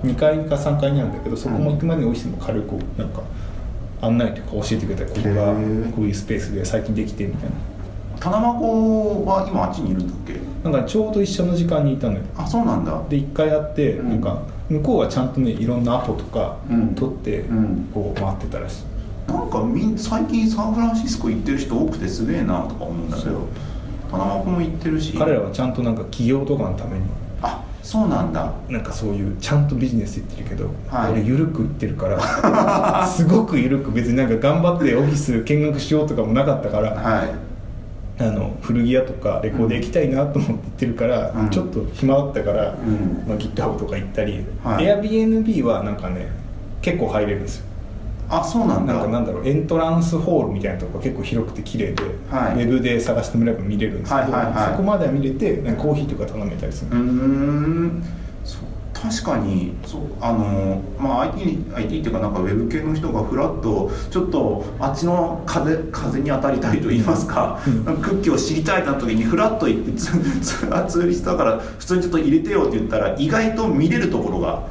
2階か3階にあるんだけどそこも行くまでにオフィスも軽くなんか案内というか教えてくれたりここへがーこういうスペースで最近できてみたいタナマコは今あっちにいるんだっけななんかちょうど一緒の時間にいたのよあそうなんだで1回やって、うんなんか向こうはちゃんとねいろんなアポとかうん取って、うんこう回ってたらしい、なんかみん最近サンフランシスコ行ってる人多くてすげえなとか思うんだけそうどパナマ君も行ってるし彼らはちゃんとなんか企業とかのためにあそうなんだなんかそういうちゃんとビジネス行ってるけど、はい俺緩く行ってるから すごく緩く別になんか頑張ってオフィス見学しようとかもなかったから、はいあの古着屋とかレコード行きたいなと思って行ってるから、うんちょっと暇だったから、んまあ、GitHub とか行ったり、はい Airbnb はなんかね結構入れるんですよあそうなんだなんかなんだろうエントランスホールみたいなとこが結構広くて綺麗で、はいウェブで探してもらえば見れるんですけど、はいはいはいそこまでは見れてなんかコーヒーとか頼めたりする、うーんそう確かにそうあのまあ IT, に IT っていうかなんかウェブ系の人がフラッとちょっとあっちの風風に当たりたいと言いますか,、うんなんか空気を知りたいな時にフラッと行ってツツあツーリストだから普通にちょっと入れてよって言ったら意外と見れるところが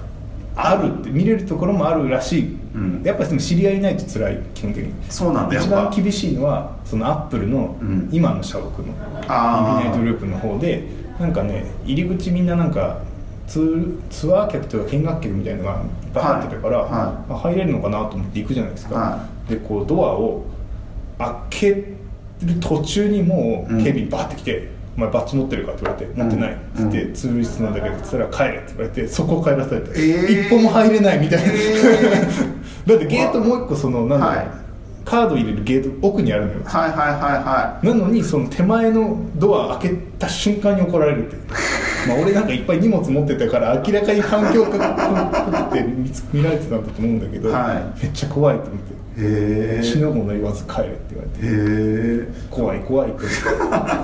あるって見れるところもあるらしい、うんやっぱりでも知り合いいないと辛い基本的にそうなんだやっ一ぱ番厳しいのはそのアップルのうん今の社屋のイルミあーネートループの方でなんかね入り口みんななんかツーツアー客とか見学客みたいなのがバーってたから、はいはあ入れるのかなと思って行くじゃないですか、はでこうドアを開ける途中にもううん警備にバーって来て「お前バッジ持ってるか?」って言われて「持ってない」って言って「うんツール室なんだけど」そしたら「帰れ」って言われてそこを帰らされて、えー一歩も入れないみたいな、え だってゲートもう一個そのなんだろう、はいカード入れるゲート奥にあるのよはいはいはいはなのにその手前のドア開けた瞬間に怒られるってまあ俺なんかいっぱい荷物持ってたから明らかに環境が濃くて見つ見られてたんだと思うんだけど、はめっちゃ怖いと思っていへえ「死ぬもの言わず帰れ」って言わへれてえ「怖い怖い」って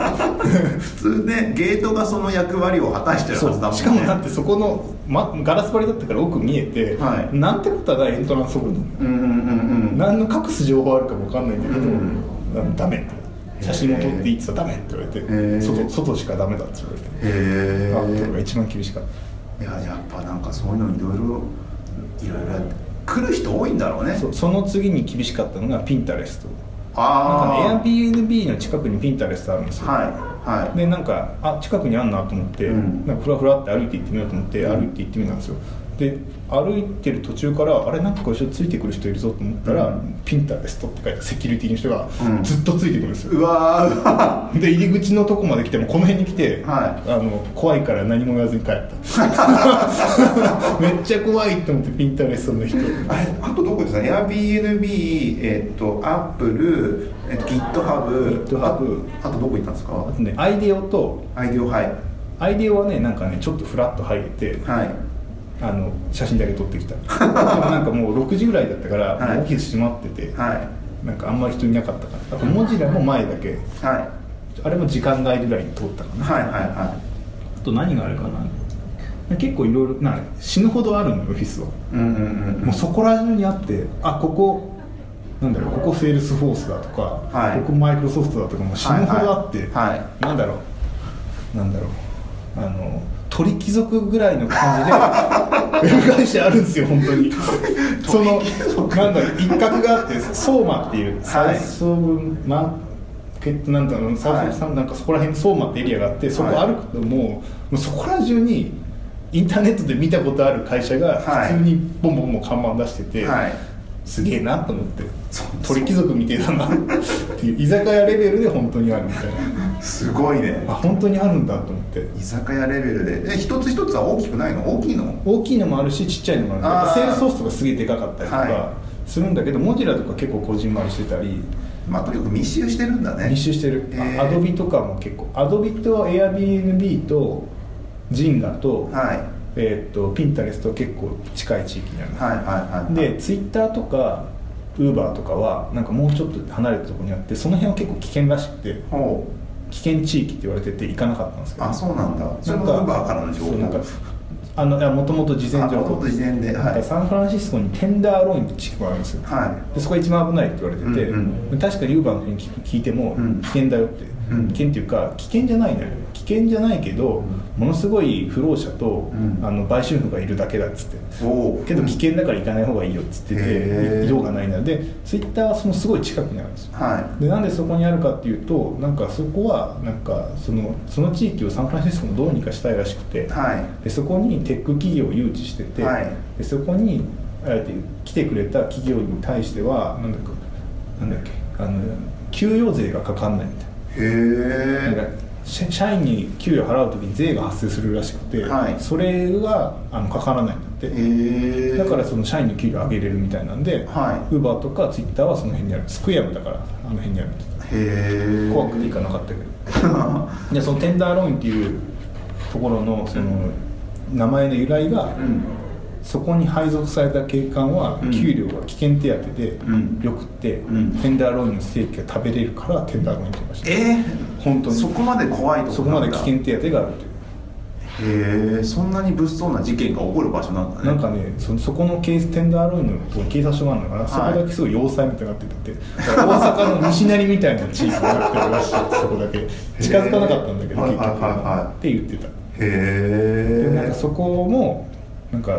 普通ねゲートがその役割を果たしてるそはずだもんうねしかもだってそこの、ま、ガラス張りだったから奥見えて、はいなんてことはないエントランスホールのうんうんうんうん何の隠す情報あるかも分かんないんだけど、うんあダメって写真も撮っていいって言ったらダメって言われて、ー外外しかダメだって言われて、へアップルがえ一番厳しかったいややっぱなんかそういうのいろいろいろいろやって来る人多いんだろうねそその次に厳しかったのがピンタレストなんあかね Airbnb の近くにピンタレストあるんですあよ、はいはいでなんかあ近くにあんなと思って、うんなんかふらふらって歩いて行ってみようと思ってうん歩いて行ってみたんですよで歩いてる途中からあれなんかこう一緒についてくる人いるぞと思ったら、うんピンタレストって書いてセキュリティの人がうんずっとついてくるんですよ、うわーうわで入り口のとこまで来てもこの辺に来て、はあの怖いから何も言わずに帰った めっちゃ怖いって思ってピンタレストの人ーあれあとどこですか Airbnb えっとアップル GitHub GitHub ああとどこ行ったんですかねアイデオとアイデオはいアイデオはねなんかねちょっとフラッと入れてはいあの写真だけ撮ってきたでもなんかもう6時ぐらいだったから、はいもうオフィス閉まってて、はなんかあんまり人いなかったからあとモジラも前だけいはいあれも時間外ぐらいに通ったかなはいはいはあと何があるかな結構いろいろなんか死ぬほどあるのよオフィスは、いうんうんうんもうそこら中にあってあここなんだろうここセールスフォースだとか、はいここマイクロソフトだとかもう死ぬほどあって、はいはいなんだろうなんだろうあの鳥貴族ぐらいの感 じでウェブ会社あるんですよ本当にそのなんだろう一角があって相馬っていうサウス・オブ・マーケットなんだろうサウス・オブさんなんかそこら辺相馬ってエリアがあってそこ歩くともう,、もうそこら中にインターネットで見たことある会社がはい普通にボンボンボン看板出してて、はいすげえなと思ってそう鳥貴族みてえだなっていう居酒屋レベルで本当にあるみたいな。すごいねあ本当にあるんだと思って居酒屋レベルでえ一つ一つは大きくないの大きいの大きいのもあるしちっちゃいのもあるあーやっぱセールスソースとかすげえでかかったりとかはするんだけど、モジュラとか結構こじんまりしてたりまあとにかく密集してるんだね密集してる、えーアドビとかも結構アドビと Airbnb とジンガと,、はいえー、とピンタレスと結構近い地域にある、はいはいはいでツイッターとかウーバーとかはなんかもうちょっと離れたところにあってその辺は結構危険らしくてほ危険地域って言われてて行かなかったんですけうどあそうなんだそれもウーバーからの情そうなんか報あのいやもともと事前情あ報元々事前ではいなんかサンフランシスコにテンダーロインって地区があるんですよはでそこが一番危ないって言われてて、うん確かに Uber の人に聞く聞いてもうん危険だよって、うん危険っていうか危険じゃないんだよ危険じゃないけど、ものすごい不老者と、うんあの売春婦がいるだけだっつっていおおけど危険だから行かない方がいいよっつってへてー用がないのでツイッターはそのすごい近くにあるんですよはでなんでそこにあるかっていうとなんかそこはなんかそのその地域をサンフランシスコもどうにかしたいらしくて、いはでそこにテック企業を誘致してて、はいでそこにあえて来てくれた企業に対してはなんだかなんだっけあの給与税がかかんないみたいなへなんかえ社社員に給与払う時に税が発生するらしくて、はいそれがあのかからないんだって、へえだからその社員の給料上げれるみたいなんで、はウーバーとかツイッターはその辺にあるスクエアもだからあの辺にあるみたへいえな怖くて行かなかったけどでそのテンダーロインっていうところのその、名前の由来が、うんそこに配属された警官はうん給料が危険手当で、んよくって、うんテンダーロインのステーキが食べれるからテンダーロインって言いましたえ本当ー、にそこまで怖いとそここまなんでだ危険手当があるというへえそんなに物騒な事件が起こる場所なんだねなんかねそそこのケーステンダーロインの警察署があるのかな、はいそこだけすごい要塞みたいになっててだから大阪の西成みたいな地域になってるらしいそこだけ近づかなかったんだけどはい結はい局はいはいって言ってたへでなんかえそこもなんか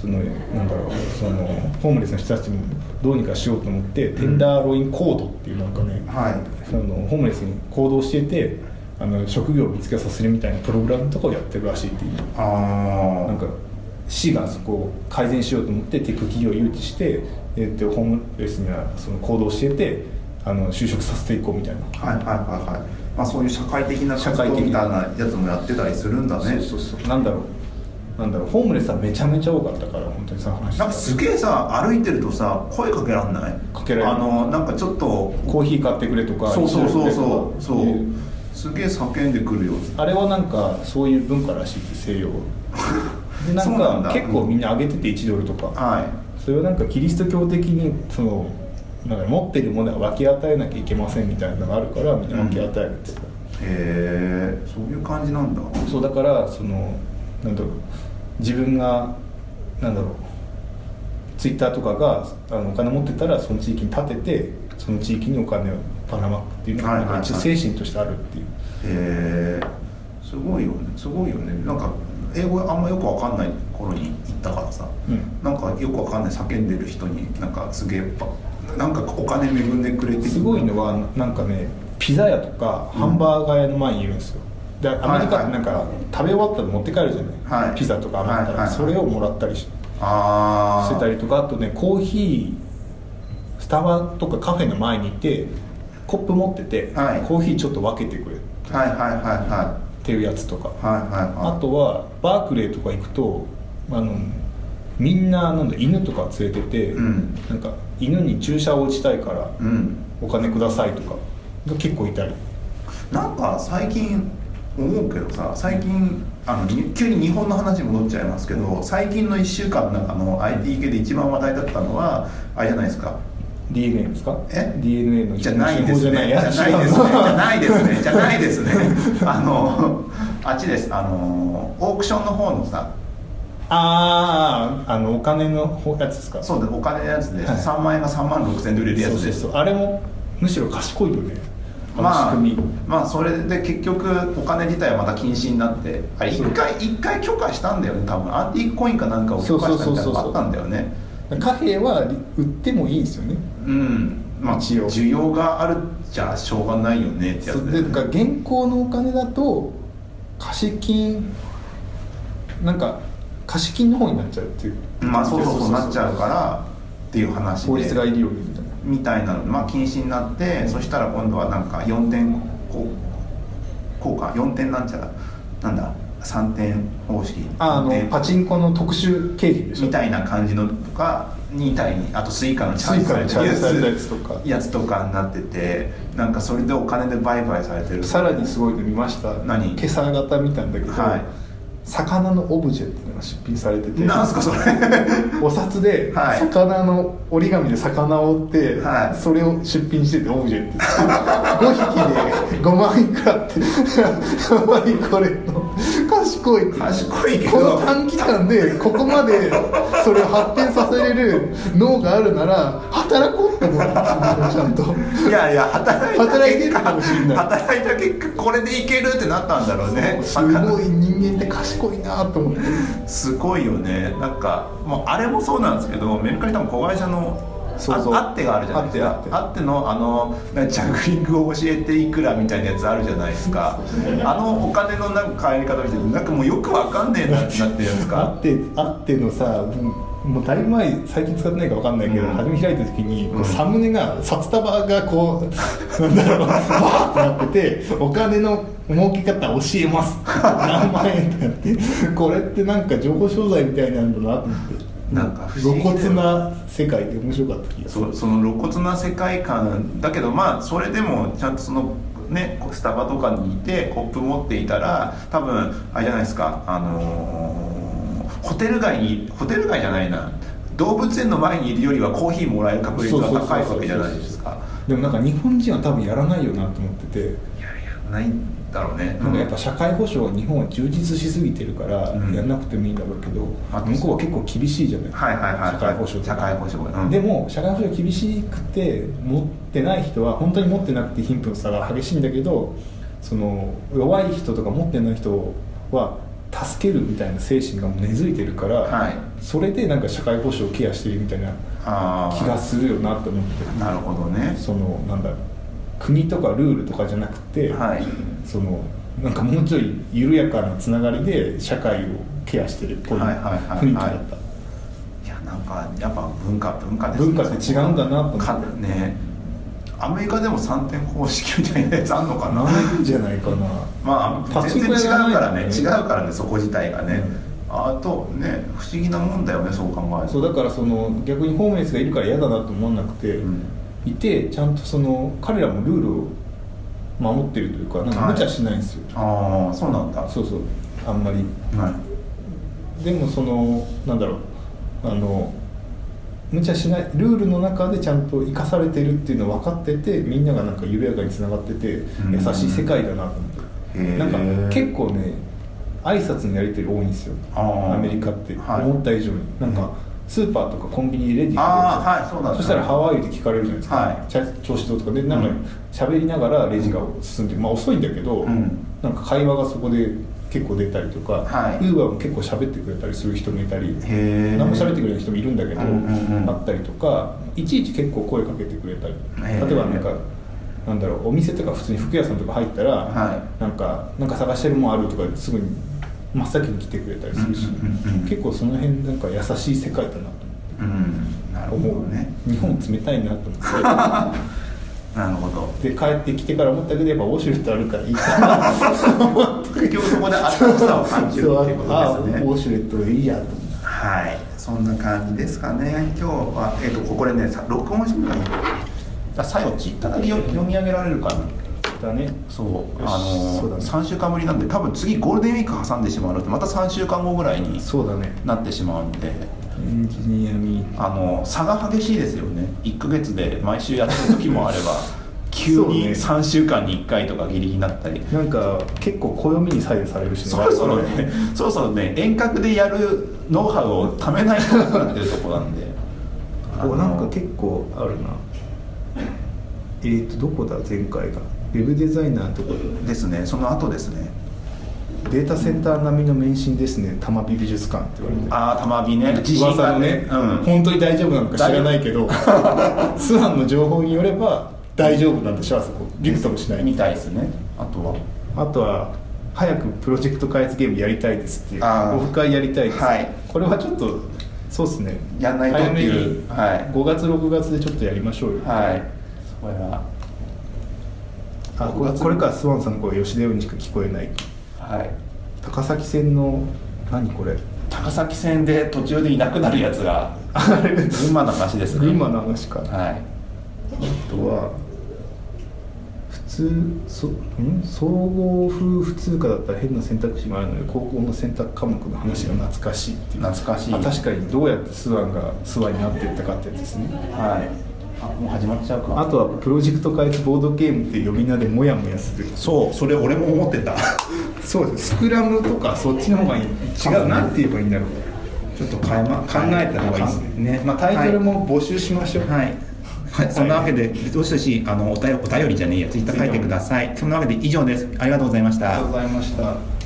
そのなんだろうそのホームレスの人たちもどうにかしようと思って、テンダーロインコードっていうなんかね、はいそのホームレスに行動しててあの職業を見つけさせるみたいなプログラムとかをやってるらしいっていうあなんあか市がそこを改善しようと思ってテック企業を誘致して、えー、とホームレスにはその行動しててあの就職させていこうみたいな、はいはいはいはいまあそういう社会的な社活会動的なみたいなやつもやってたりするんだねそうそうそうなんだろうなんだろうホームレスはめちゃめちゃ多かったから本当にさ話しなてたんかすげえさ歩いてるとさ声かけらんないかけられないあのなんかちょっとコーヒー買ってくれとかそうそうそう一緒にそうそ行ってうとかすげえ叫んでくるよあれはなんかそういう文化らしいです 西洋でなんそうなんだか結構みんな上げてて1ドルとか、はいそれはなんかキリスト教的にそのなんか持ってるものは分け与えなきゃいけませんみたいなのがあるからみんな分け与えるって言ってた、へえそういう感じなんだそうだからそのなんだろう自分がなんだろうツイッターとかがあのお金持ってたらその地域に建ててその地域にお金をばらまくっていうのがはいなはんいか一応精神としてあるっていう、へえすごいよねすごいよねなんか英語あんまよくわかんない頃に行ったからさ、うんなんかよくわかんない叫んでる人になんかすげえばなんかお金恵んでくれてすごいのはなんかねピザ屋とかハンバーガー屋の前にいるんですよでアメリカってなんか食べ終わったら持って帰るじゃない、はいピザとか余っはたいはいらはいそれをもらったりしああしてたりとかあとねコーヒースタバとかカフェの前にいてコップ持ってて、はいコーヒーちょっと分けてくれっはいはいはいはていうやつとかいはいはいはいあとはバークレーとか行くとあのみんななんだ犬とか連れてて、うんなんか犬に注射を打ちたいからうんお金くださいとかが結構いたりなんか最近思うけどさ最近あのに急に日本の話に戻っちゃいますけど最近の1週間の中の IT 系で一番話題だったのはあれじゃないですか DNA ですかえ DNA のじゃないで手法すじゃなねいじゃやない ですねじゃないですねじゃないですねあのあっちですあのオークションの方のさあああのお金のやつですかそうでお金のやつではい3万円が3万6000円で売れるやつそうでそうすそうあれもむしろ賢いよねあのまあ仕組み、まあそれで結局お金自体はまた禁止になってあれ一回一回許可したんだよね多分アンティークコインかなんかを許可したみたいなのがあったんだよね貨幣は売ってもいいんですよねうんまあ一応需要があるじゃしょうがないよねってやそつうででだから現行のお金だと貸金なんか貸金の方になっちゃうっていうまあそうそうそうなっちゃうからっていう話で法律がいるようにみたいなみたいなの、まあ、禁止になってそしたら今度はなんか4点こうこうか4点なんちゃらなんだ3点方式ああ四の点パチンコの特殊経費でしょみたいな感じのとか2対にあとスイカのチャージされてスイカのチャージされたるややつつとかやつとかになっててなんかそれでお金で売買されてるさらにすごいの見ました何今朝方見たんだけど、はい魚のオブジェっていうのが出品されて てなんすかそれはお札ではい魚の折り紙で魚を折って、はいそれを出品しててオブジェって5匹で5万いくらってやばいこれ賢いって賢いけどこの短期間でここまでそれを発展させれる脳があるなら働こうって思うちゃんといやいや働いた働い結てる果かもしれない働いた結果これでいけるってなったんだろうねすごい人間って賢いなと思ってすごいよねなんかもうあれもそうなんですけどメルカリ多分子会社のそうそうああってがあるじゃないですあっかてあってあってのあのなんか着陸を教えていくらみたいなやつあるじゃないですかあのお金のなんか帰り方見ててなんかもうよくわかんねえなってなってるじゃないですあかってあってのさうんもうだいぶ前最近使ってないか分かんないけど、うん初め開いた時に、こううんサムネが札束がこう なんだろうバーってなっててお金の儲け方教えます何万円とかってこれってなんか情報商材みたいなんだなと思ってなんか不思露議だよ骨な世界で面白かった気がするそその露骨な世界観だけどまあそれでもちゃんとそのねスタバとかにいてコップ持っていたら多分あれじゃないですかあのーホテル街にホテル街じゃないな動物園の前にいるよりはコーヒーもらえる確率が高いわけじゃないですかでもなんか日本人は多分やらないよなと思ってていやいやないんだろうねなんかやっぱ社会保障は日本は充実しすぎてるからうんやんなくてもいいんだろうけど、あと向こうは結構厳しいじゃない、はいはいはい社会保障と社か会保障うんでも社会保障厳しくて持ってない人は本当に持ってなくて貧富の差が激しいんだけどその弱い人とか持ってない人は助けるみたいな精神がもう根付いてるから、はいそれでなんか社会保障をケアしてるみたいなあー気がするよなと思ってなるほどねそのなんだろう国とかルールとかじゃなくて、はいそのなんかもうちょい緩やかなつながりで社会をケアしてるっぽいはいはいはいはい雰囲気だった、いやなんかやっぱ文化文化です文化って違うんだなと思ってかねアメリカでも3点方式みたいなやつあんのかなないんじゃないかなまあパチン全コ然屋違うじゃないからねね違うからねそこ自体がね、あとね不思議なもんだよねそう考えるそうとだからその逆にホームレスがいるから嫌だなと思わなくて、うんいてちゃんとその彼らもルールを守ってるというかなんか無茶しないんですよ、ああそうなんだそうそうあんまりはいでもそのなんだろうあの無茶しないルールの中でちゃんと生かされてるっていうのを分かっててみんながなんか緩やかにつながってて優んしい世界だなと思って、へーなんか結構ね挨拶のやり取り多いんですよあーアメリカって、はい思った以上になんかスーパーとかコンビニでレジあーはいそうだねそしたらハワイで聞かれるじゃないですか、はいちゃ調子どうとかでなんかうん喋りながらレジが進んで、まあ遅いんだけど、うんなんか会話がそこで結構出たりとか、はいウーバーも結構喋ってくれたりする人もいたりへー何も喋ってくれない人もいるんだけど、うんうんうんあったりとかいちいち結構声かけてくれたりへー例えばなんかなんだろうお店とか普通に服屋さんとか入ったら、はなんかなんか探してるもんあるとかすぐに真っ先に来てくれたりするし、うんうんうん結構その辺なんか優しい世界だなうんなるほと思どうね日本冷たいなと思っなるほどてで帰ってきてから思ったけどやっぱウォシュレットあるからいいかな結局そこで温かさを感じるっていうこああとウですねォシュレットでいいやと思って。はい、そんな感じですかね。今日は、えっ、と、ここでね、さ録音してみたらいい。あ、最後、ツイッターだけ読読み上げられるかな。だねそう、よしあのそうだね3週間ぶりなんで、多分次ゴールデンウィーク挟んでしまうので、また3週間後ぐらいにそうだねなってしまうので、エンジニアミーあの差が激しいですよね。1ヶ月で毎週やってる時もあれ ば、急にそう3週間に1回とかギリギリになったり。なんか結構暦に左右されるしね。そろそろね、そろそろね、遠隔でやるノウハウをためないとなってるとこなんで おなんか結構あるなえっ、ー、とどこだ前回がウェブデザイナーのとこですねその後ですねデータセンター並みの免震ですね玉美美術館って言われてああ玉火ね地震噂がのね、うん本当に大丈夫なのか知らないけ どスワンの情報によれば大丈夫なんでしょあそこびくともしないみたいですねあとはあとは早くプロジェクト開発ゲームやりたいですっていうあーオフ会やりたいです、はいこれはちょっとそうですねやんないとっていう早めはいに5月6月でちょっとやりましょうよ、はいそれはあこれ6月これからスワンさんの声吉田洋にしか聞こえないはい高崎線の何これ高崎線で途中でいなくなるやつ があれ群群馬の話ですね馬の話か、あはいとは普通そん総合風普通科だったら変な選択肢もあるので高校の選択科目の話が懐かしいっていう懐かしいあ確かにどうやってスワンがスワンになっていったかってやつですねはいあもう始まっちゃうかあとはプロジェクト開発ボードゲームって呼び名でモヤモヤするそうそれ俺も思ってたそうですスクラムとかそっちの方がいい違うなんて言えばいいんだろう ちょっと変え、ま、考えた方がいいですねまあ、タイトルも募集しましょう、はい、はい、そんなわけでどしどしあのお便お便りじゃねえやツイッター書いてくださいそんなわけで以上ですありがとうございましたありがとうございました